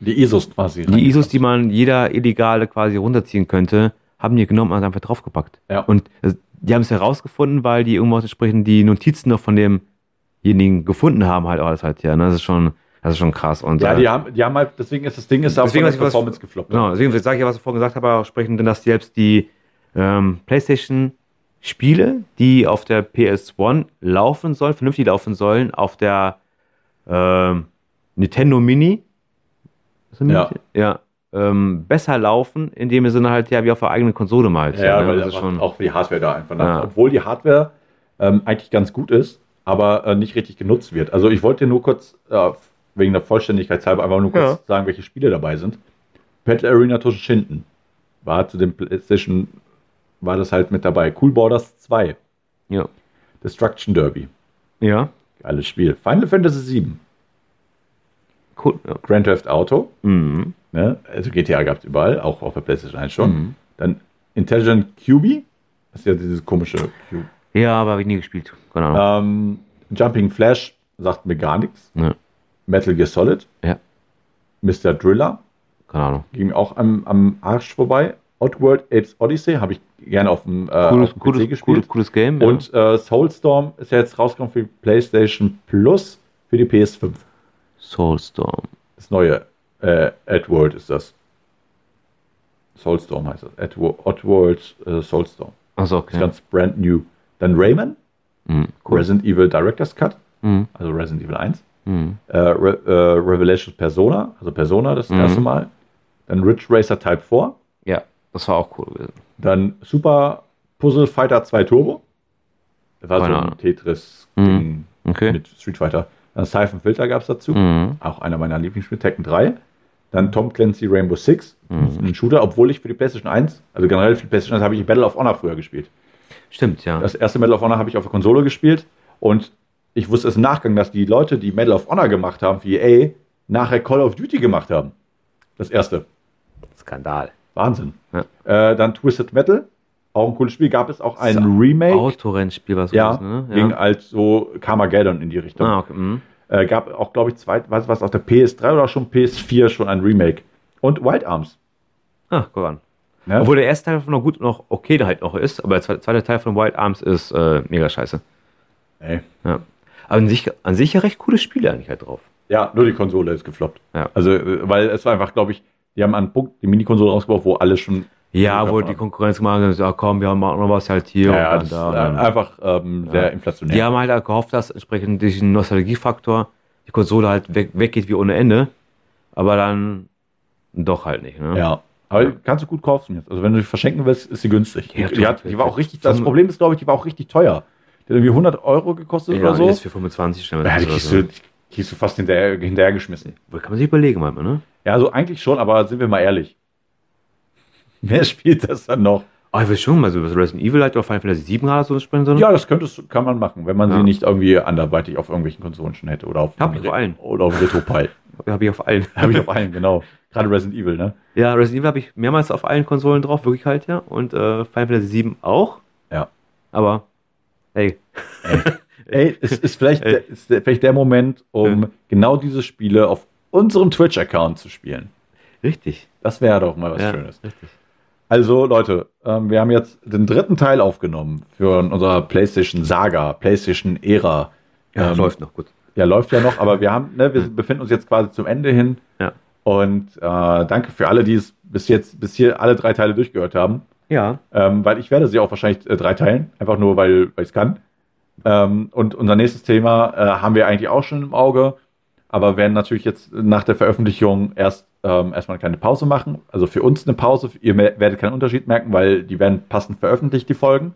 Speaker 2: die ISOs quasi.
Speaker 1: die ISOs, die
Speaker 2: man
Speaker 1: man jeder Illegale quasi runterziehen könnte, haben die genommen und einfach draufgepackt.
Speaker 2: Ja.
Speaker 1: Und das- die haben es herausgefunden, weil die irgendwo entsprechend die Notizen noch von demjenigen gefunden haben, halt auch alles halt, ja. Ne? Das ist schon, das ist schon krass. Und,
Speaker 2: Ja,
Speaker 1: äh,
Speaker 2: die haben, die haben halt, deswegen ist das Ding, ist da
Speaker 1: Deswegen
Speaker 2: von
Speaker 1: weiß
Speaker 2: der
Speaker 1: ich, was-
Speaker 2: Performance gefloppt. ne?
Speaker 1: Genau, deswegen sage ich ja, was ich vorhin gesagt habe, auch entsprechend, denn dass selbst die ähm, PlayStation-Spiele, die auf der PS1 laufen sollen, vernünftig laufen sollen, auf der ähm, Nintendo Mini, ist das
Speaker 2: Ja.
Speaker 1: ja ähm, besser laufen, in dem Sinne halt ja wie auf der eigenen Konsole mal. halt,
Speaker 2: Ja,
Speaker 1: ne?
Speaker 2: weil
Speaker 1: das
Speaker 2: einfach
Speaker 1: ist schon.
Speaker 2: auch die Hardware da einfach
Speaker 1: Ja.
Speaker 2: nach. Obwohl die Hardware ähm, eigentlich ganz gut ist, aber äh, nicht richtig genutzt wird. Also ich wollte nur kurz, äh, wegen der Vollständigkeit halber, einfach nur
Speaker 1: Ja.
Speaker 2: kurz sagen, welche Spiele dabei sind. Battle Arena Toshinden war zu dem PlayStation, war das halt mit dabei. Cool Borders 2,
Speaker 1: ja.
Speaker 2: Destruction Derby,
Speaker 1: ja.
Speaker 2: geiles Spiel. Final Fantasy 7,
Speaker 1: Cool. Ja.
Speaker 2: Grand Theft Auto,
Speaker 1: Mhm.
Speaker 2: ne? also GTA gab es überall, auch auf der PlayStation 1 schon.
Speaker 3: Mhm.
Speaker 2: Dann Intelligent QB, das ist ja dieses komische Cube.
Speaker 1: Ja, aber habe ich nie gespielt. Keine Ahnung.
Speaker 2: Ähm, Jumping Flash sagt mir gar nichts.
Speaker 1: Ja.
Speaker 2: Metal Gear Solid.
Speaker 1: Ja.
Speaker 2: Mr. Driller
Speaker 1: Keine Ahnung.
Speaker 2: ging mir auch am, am Arsch vorbei. Oddworld Apes Odyssey habe ich gerne auf dem, äh, auf
Speaker 1: Cooles,
Speaker 2: dem PC
Speaker 1: cooles,
Speaker 2: gespielt.
Speaker 1: cooles, cooles Game.
Speaker 2: Und äh, Soulstorm ist ja jetzt rausgekommen für die PlayStation Plus, für die PS5.
Speaker 1: ja. Soulstorm.
Speaker 2: Das neue äh, Oddworld ist das. Soulstorm heißt das. Oddwo- Oddworld äh, Soulstorm.
Speaker 1: Achso,
Speaker 2: Ist
Speaker 1: okay.
Speaker 2: ganz brand new. Dann Rayman,
Speaker 1: Mhm. Cool.
Speaker 2: Resident Evil Director's Cut,
Speaker 1: Mhm.
Speaker 2: also Resident Evil 1.
Speaker 1: Mhm.
Speaker 2: äh, Re äh, Revelations Persona, also Persona das
Speaker 1: Mhm.
Speaker 2: erste Mal, dann Ridge Racer Type 4,
Speaker 1: Ja, das war auch cool gewesen.
Speaker 2: dann Super Puzzle Fighter 2 Turbo, das war
Speaker 1: Keine
Speaker 2: so ein
Speaker 1: Ahnung.
Speaker 2: Tetris
Speaker 1: Mhm. Okay.
Speaker 2: mit Street Fighter, dann Siphon Filter gab es dazu,
Speaker 1: Mhm.
Speaker 2: auch einer meiner Lieblingsspiele, Tekken 3, dann Tom Clancy Rainbow Six,
Speaker 1: Mhm.
Speaker 2: ein Shooter, obwohl ich für die PlayStation 1, also generell für die PlayStation 1 habe ich Battle of Honor früher gespielt.
Speaker 1: Stimmt, ja.
Speaker 2: Das erste Medal of Honor habe ich auf der Konsole gespielt und ich wusste es im Nachgang, dass die Leute, die Medal of Honor gemacht haben für EA, nachher Call of Duty gemacht haben. Das erste.
Speaker 1: Skandal.
Speaker 2: Wahnsinn.
Speaker 1: Ja.
Speaker 2: Äh, dann Twisted Metal, auch ein cooles Spiel. Gab es auch ein
Speaker 1: Ist auch
Speaker 2: Remake.
Speaker 1: Autorennspiel, was
Speaker 2: ja,
Speaker 1: ist, ne? Ja.
Speaker 2: ging als so Carmageddon in die Richtung.
Speaker 1: Ah, okay. Mhm.
Speaker 2: Äh, gab auch, glaube ich, zweit, was, was auf der PS3 oder schon PS4 schon ein Remake. Und White Arms.
Speaker 1: Ah, guck an.
Speaker 2: ne?
Speaker 1: Obwohl der erste Teil davon noch gut noch okay halt noch ist, aber der zwe- zweite Teil von Wild Arms ist äh, mega scheiße.
Speaker 2: Ey.
Speaker 1: Ja. Aber an sich, an sich ja recht coole Spiele eigentlich halt drauf.
Speaker 2: Ja, nur die Konsole ist gefloppt.
Speaker 1: Ja.
Speaker 2: Also, äh, weil es war einfach, glaube ich, die haben an einen Punkt die Minikonsole rausgebaut, wo alles schon
Speaker 1: Ja, wo
Speaker 2: davon
Speaker 1: die
Speaker 2: ab.
Speaker 1: Konkurrenz gemacht hat, ja komm, wir haben auch noch was halt hier
Speaker 2: Ja, ja,
Speaker 1: und
Speaker 2: das
Speaker 1: dann da.
Speaker 2: ist äh, einfach ähm, sehr inflationär.
Speaker 1: Die haben halt halt gehofft, dass entsprechend durch den Nostalgiefaktor die Konsole halt weg, weggeht wie ohne Ende, aber dann doch halt nicht. Ne?
Speaker 2: Ja. Aber kannst du gut kaufen jetzt. Also wenn du die verschenken willst, ist sie günstig.
Speaker 1: Ja,
Speaker 2: die, die,
Speaker 1: klar.
Speaker 2: hat, die war auch richtig, das Problem ist, glaube ich, die war auch richtig teuer. Die hat irgendwie 100 Euro gekostet
Speaker 1: Ja,
Speaker 2: oder so.
Speaker 1: und jetzt für 25 schnell.
Speaker 2: Ja, die kriegst du, die kriegst du fast hinterher, hinterhergeschmissen.
Speaker 1: Kann man sich überlegen manchmal, ne?
Speaker 2: Ja, so eigentlich schon, aber sind wir mal ehrlich. Wer spielt das dann noch?
Speaker 1: Oh, ich will schon mal so was Resident Evil halt oder Final Fantasy 7 gerade so ne? sprechen, sondern
Speaker 2: Ja, das könntest, kann man machen, wenn man
Speaker 1: Ja.
Speaker 2: sie nicht irgendwie anderweitig auf irgendwelchen Konsolen schon hätte. Oder auf,
Speaker 1: Hab ich auf allen.
Speaker 2: Oder auf Retropie.
Speaker 1: habe ich auf allen.
Speaker 2: Habe ich auf allen, genau. Gerade Resident Evil, ne?
Speaker 1: Ja, Resident Evil habe ich mehrmals auf allen Konsolen drauf, wirklich halt, ja. Und äh, Final Fantasy 7 auch.
Speaker 2: Ja.
Speaker 1: Aber, hey,
Speaker 2: Ey, es ist vielleicht,
Speaker 1: Ey.
Speaker 2: Der, ist der, vielleicht der Moment, um genau diese Spiele auf unserem Twitch-Account zu spielen.
Speaker 1: richtig.
Speaker 2: Das wäre doch mal was
Speaker 1: ja,
Speaker 2: Schönes.
Speaker 1: Richtig.
Speaker 2: Also, Leute, ähm, wir haben jetzt den dritten Teil aufgenommen für unser PlayStation Saga, PlayStation Ära.
Speaker 1: Ja,
Speaker 2: Ähm,
Speaker 1: läuft noch gut.
Speaker 2: Ja, läuft ja noch, aber wir haben, ne, wir befinden uns jetzt quasi zum Ende hin.
Speaker 1: Hm. Ja.
Speaker 2: Und äh, danke für alle, die es bis jetzt, bis hier alle drei Teile durchgehört haben.
Speaker 1: Ja,
Speaker 2: Ähm, weil ich werde sie auch wahrscheinlich äh, drei teilen, einfach nur, weil ich es kann. Ähm, und unser nächstes Thema äh, haben wir eigentlich auch schon im Auge, aber werden natürlich jetzt nach der Veröffentlichung erst ähm, erstmal eine kleine Pause machen. Also für uns eine Pause. Ihr mer- werdet keinen Unterschied merken, weil die werden passend veröffentlicht, die Folgen.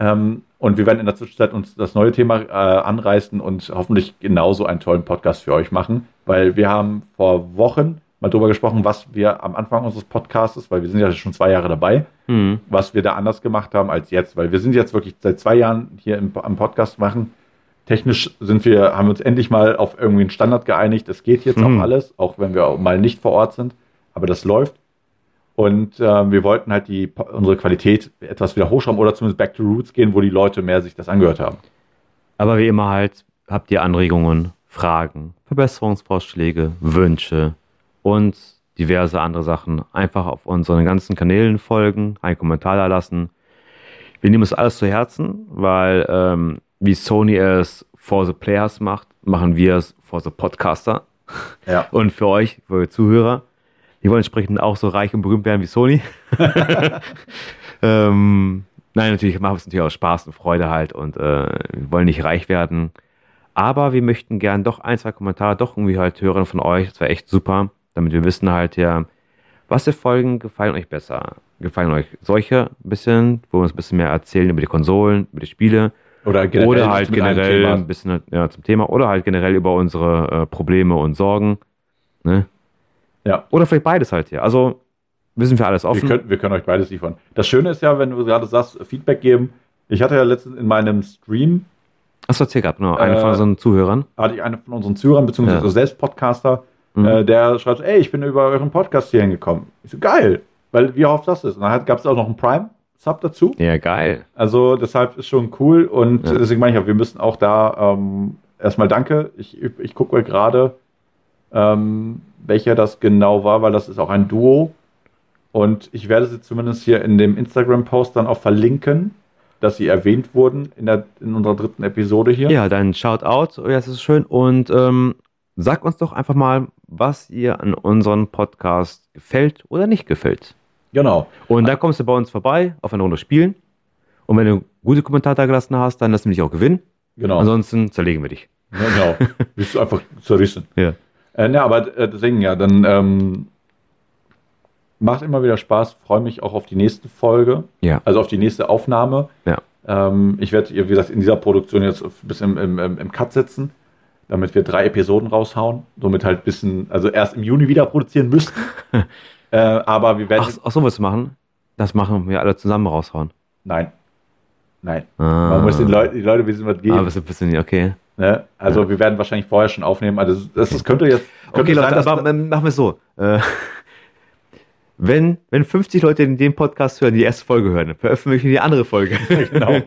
Speaker 2: Ähm, und wir werden in der Zwischenzeit uns das neue Thema äh, anreißen und hoffentlich genauso einen tollen Podcast für euch machen, weil wir haben vor Wochen mal drüber gesprochen, was wir am Anfang unseres Podcasts, weil wir sind ja schon zwei Jahre dabei,
Speaker 1: hm.
Speaker 2: was wir da anders gemacht haben als jetzt, weil wir sind jetzt wirklich seit zwei Jahren hier im, am Podcast machen. Technisch sind wir, haben wir uns endlich mal auf irgendwie einen Standard geeinigt. Es geht jetzt
Speaker 1: Mhm.
Speaker 2: auf alles, auch wenn wir auch mal nicht vor Ort sind, aber das läuft. Und äh, wir wollten halt die, unsere Qualität etwas wieder hochschrauben oder zumindest back to roots gehen, wo die Leute mehr sich das angehört haben.
Speaker 1: Aber wie immer halt, habt ihr Anregungen, Fragen, Verbesserungsvorschläge, Wünsche und diverse andere Sachen. Einfach auf unseren ganzen Kanälen folgen, einen Kommentar da lassen. Wir nehmen uns alles zu Herzen, weil ähm, wie Sony es for the Players macht, machen wir es for the Podcaster.
Speaker 2: Ja.
Speaker 1: Und für euch, für eure Zuhörer, die wollen entsprechend auch so reich und berühmt werden wie Sony. ähm, nein, natürlich machen wir es natürlich aus Spaß und Freude halt und äh, wir wollen nicht reich werden. Aber wir möchten gern doch ein, zwei Kommentare doch irgendwie halt hören von euch. Das wäre echt super, damit wir wissen halt ja, was für Folgen gefallen euch besser. Gefallen euch solche ein bisschen, wo wir uns ein bisschen mehr erzählen über die Konsolen, über die Spiele
Speaker 2: Oder,
Speaker 1: oder halt
Speaker 2: mit einem
Speaker 1: generell
Speaker 2: Thema.
Speaker 1: ein bisschen ja, zum Thema oder halt generell über unsere äh, Probleme und Sorgen. Ne?
Speaker 2: Ja.
Speaker 1: Oder vielleicht beides halt hier. Also wir sind für alles
Speaker 2: Wir
Speaker 1: offen.
Speaker 2: können, wir können euch beides liefern. Das Schöne ist ja, wenn du gerade sagst, Feedback geben. Ich hatte ja letztens in meinem Stream,
Speaker 1: Achso, erzähl gerade, genau. Eine
Speaker 2: Äh,
Speaker 1: von unseren Zuhörern.
Speaker 2: hatte ich einen von unseren Zuhörern, beziehungsweise
Speaker 1: Ja.
Speaker 2: selbst Podcaster,
Speaker 1: Mhm.
Speaker 2: Äh, der schreibt, ey, ich bin über euren Podcast hier hingekommen. Ich so, geil, weil wie oft das ist. Und dann gab es auch noch einen Prime-Sub dazu.
Speaker 1: Ja, geil.
Speaker 2: Also deshalb ist schon cool und
Speaker 1: Ja.
Speaker 2: deswegen meine ich auch, wir müssen auch da ähm, erstmal danke. Ich, ich, ich gucke gerade, ähm, welcher das genau war, weil das ist auch ein Duo. Und ich werde sie zumindest hier in dem Instagram-Post dann auch verlinken, dass sie erwähnt wurden in, der, in unserer dritten Episode hier.
Speaker 1: Ja, dann halt Shoutout. Oh, Ja, es ist schön. Und ähm, sag uns doch einfach mal, was ihr an unserem Podcast gefällt oder nicht gefällt.
Speaker 2: Genau.
Speaker 1: Und dann kommst du bei uns vorbei, auf eine Runde spielen. Und wenn du gute Kommentare da gelassen hast, dann lassen wir dich auch gewinnen. Also
Speaker 2: Genau.
Speaker 1: Ansonsten zerlegen wir dich.
Speaker 2: Genau. Bist du einfach zerrissen.
Speaker 1: Ja.
Speaker 2: Äh, na, aber äh, deswegen ja, dann ähm, macht immer wieder Spaß. Freue mich auch auf die nächste Folge.
Speaker 1: Ja.
Speaker 2: Also auf die nächste Aufnahme.
Speaker 1: Ja.
Speaker 2: Ähm, ich werde, wie gesagt, in dieser Produktion jetzt bis im, im, im, im Cut setzen, damit wir drei Episoden raushauen. Somit halt ein bisschen, also erst im Juni wieder produzieren müssten. äh, aber wir werden.
Speaker 1: Ach, ach so, willst du machen? Das machen wir alle zusammen raushauen.
Speaker 2: Nein. Nein.
Speaker 1: Ah.
Speaker 2: Man muss den Leuten, die Leute wissen, was
Speaker 1: Ah,
Speaker 2: geben.
Speaker 1: bist du bist du nicht, okay.
Speaker 2: Ne? Also
Speaker 1: Ja.
Speaker 2: wir werden wahrscheinlich vorher schon aufnehmen. Also das, das, das könnte jetzt. Könnte
Speaker 1: Okay, Leute,
Speaker 2: dass-
Speaker 1: aber ähm, machen wir es so. Äh, wenn, wenn 50 Leute den- den Podcast hören, die erste Folge hören, veröffentlichen wir die andere Folge.
Speaker 2: genau.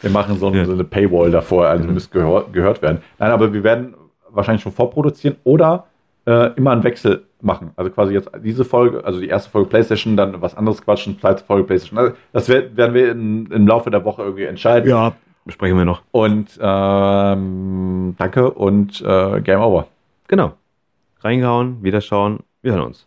Speaker 2: Wir machen so, eine- so eine Paywall davor, also müsst gehör, gehört werden. Nein, aber wir werden wahrscheinlich schon vorproduzieren oder äh, immer einen Wechsel machen. Also quasi jetzt diese Folge, also die erste Folge PlayStation, dann was anderes quatschen, zweite Folge PlayStation. Also das wer- werden wir in, im Laufe der Woche irgendwie entscheiden.
Speaker 1: ja, besprechen wir noch.
Speaker 2: Und ähm, danke und äh, Game Over.
Speaker 1: Genau. Reingehauen, wieder schauen, wir hören uns.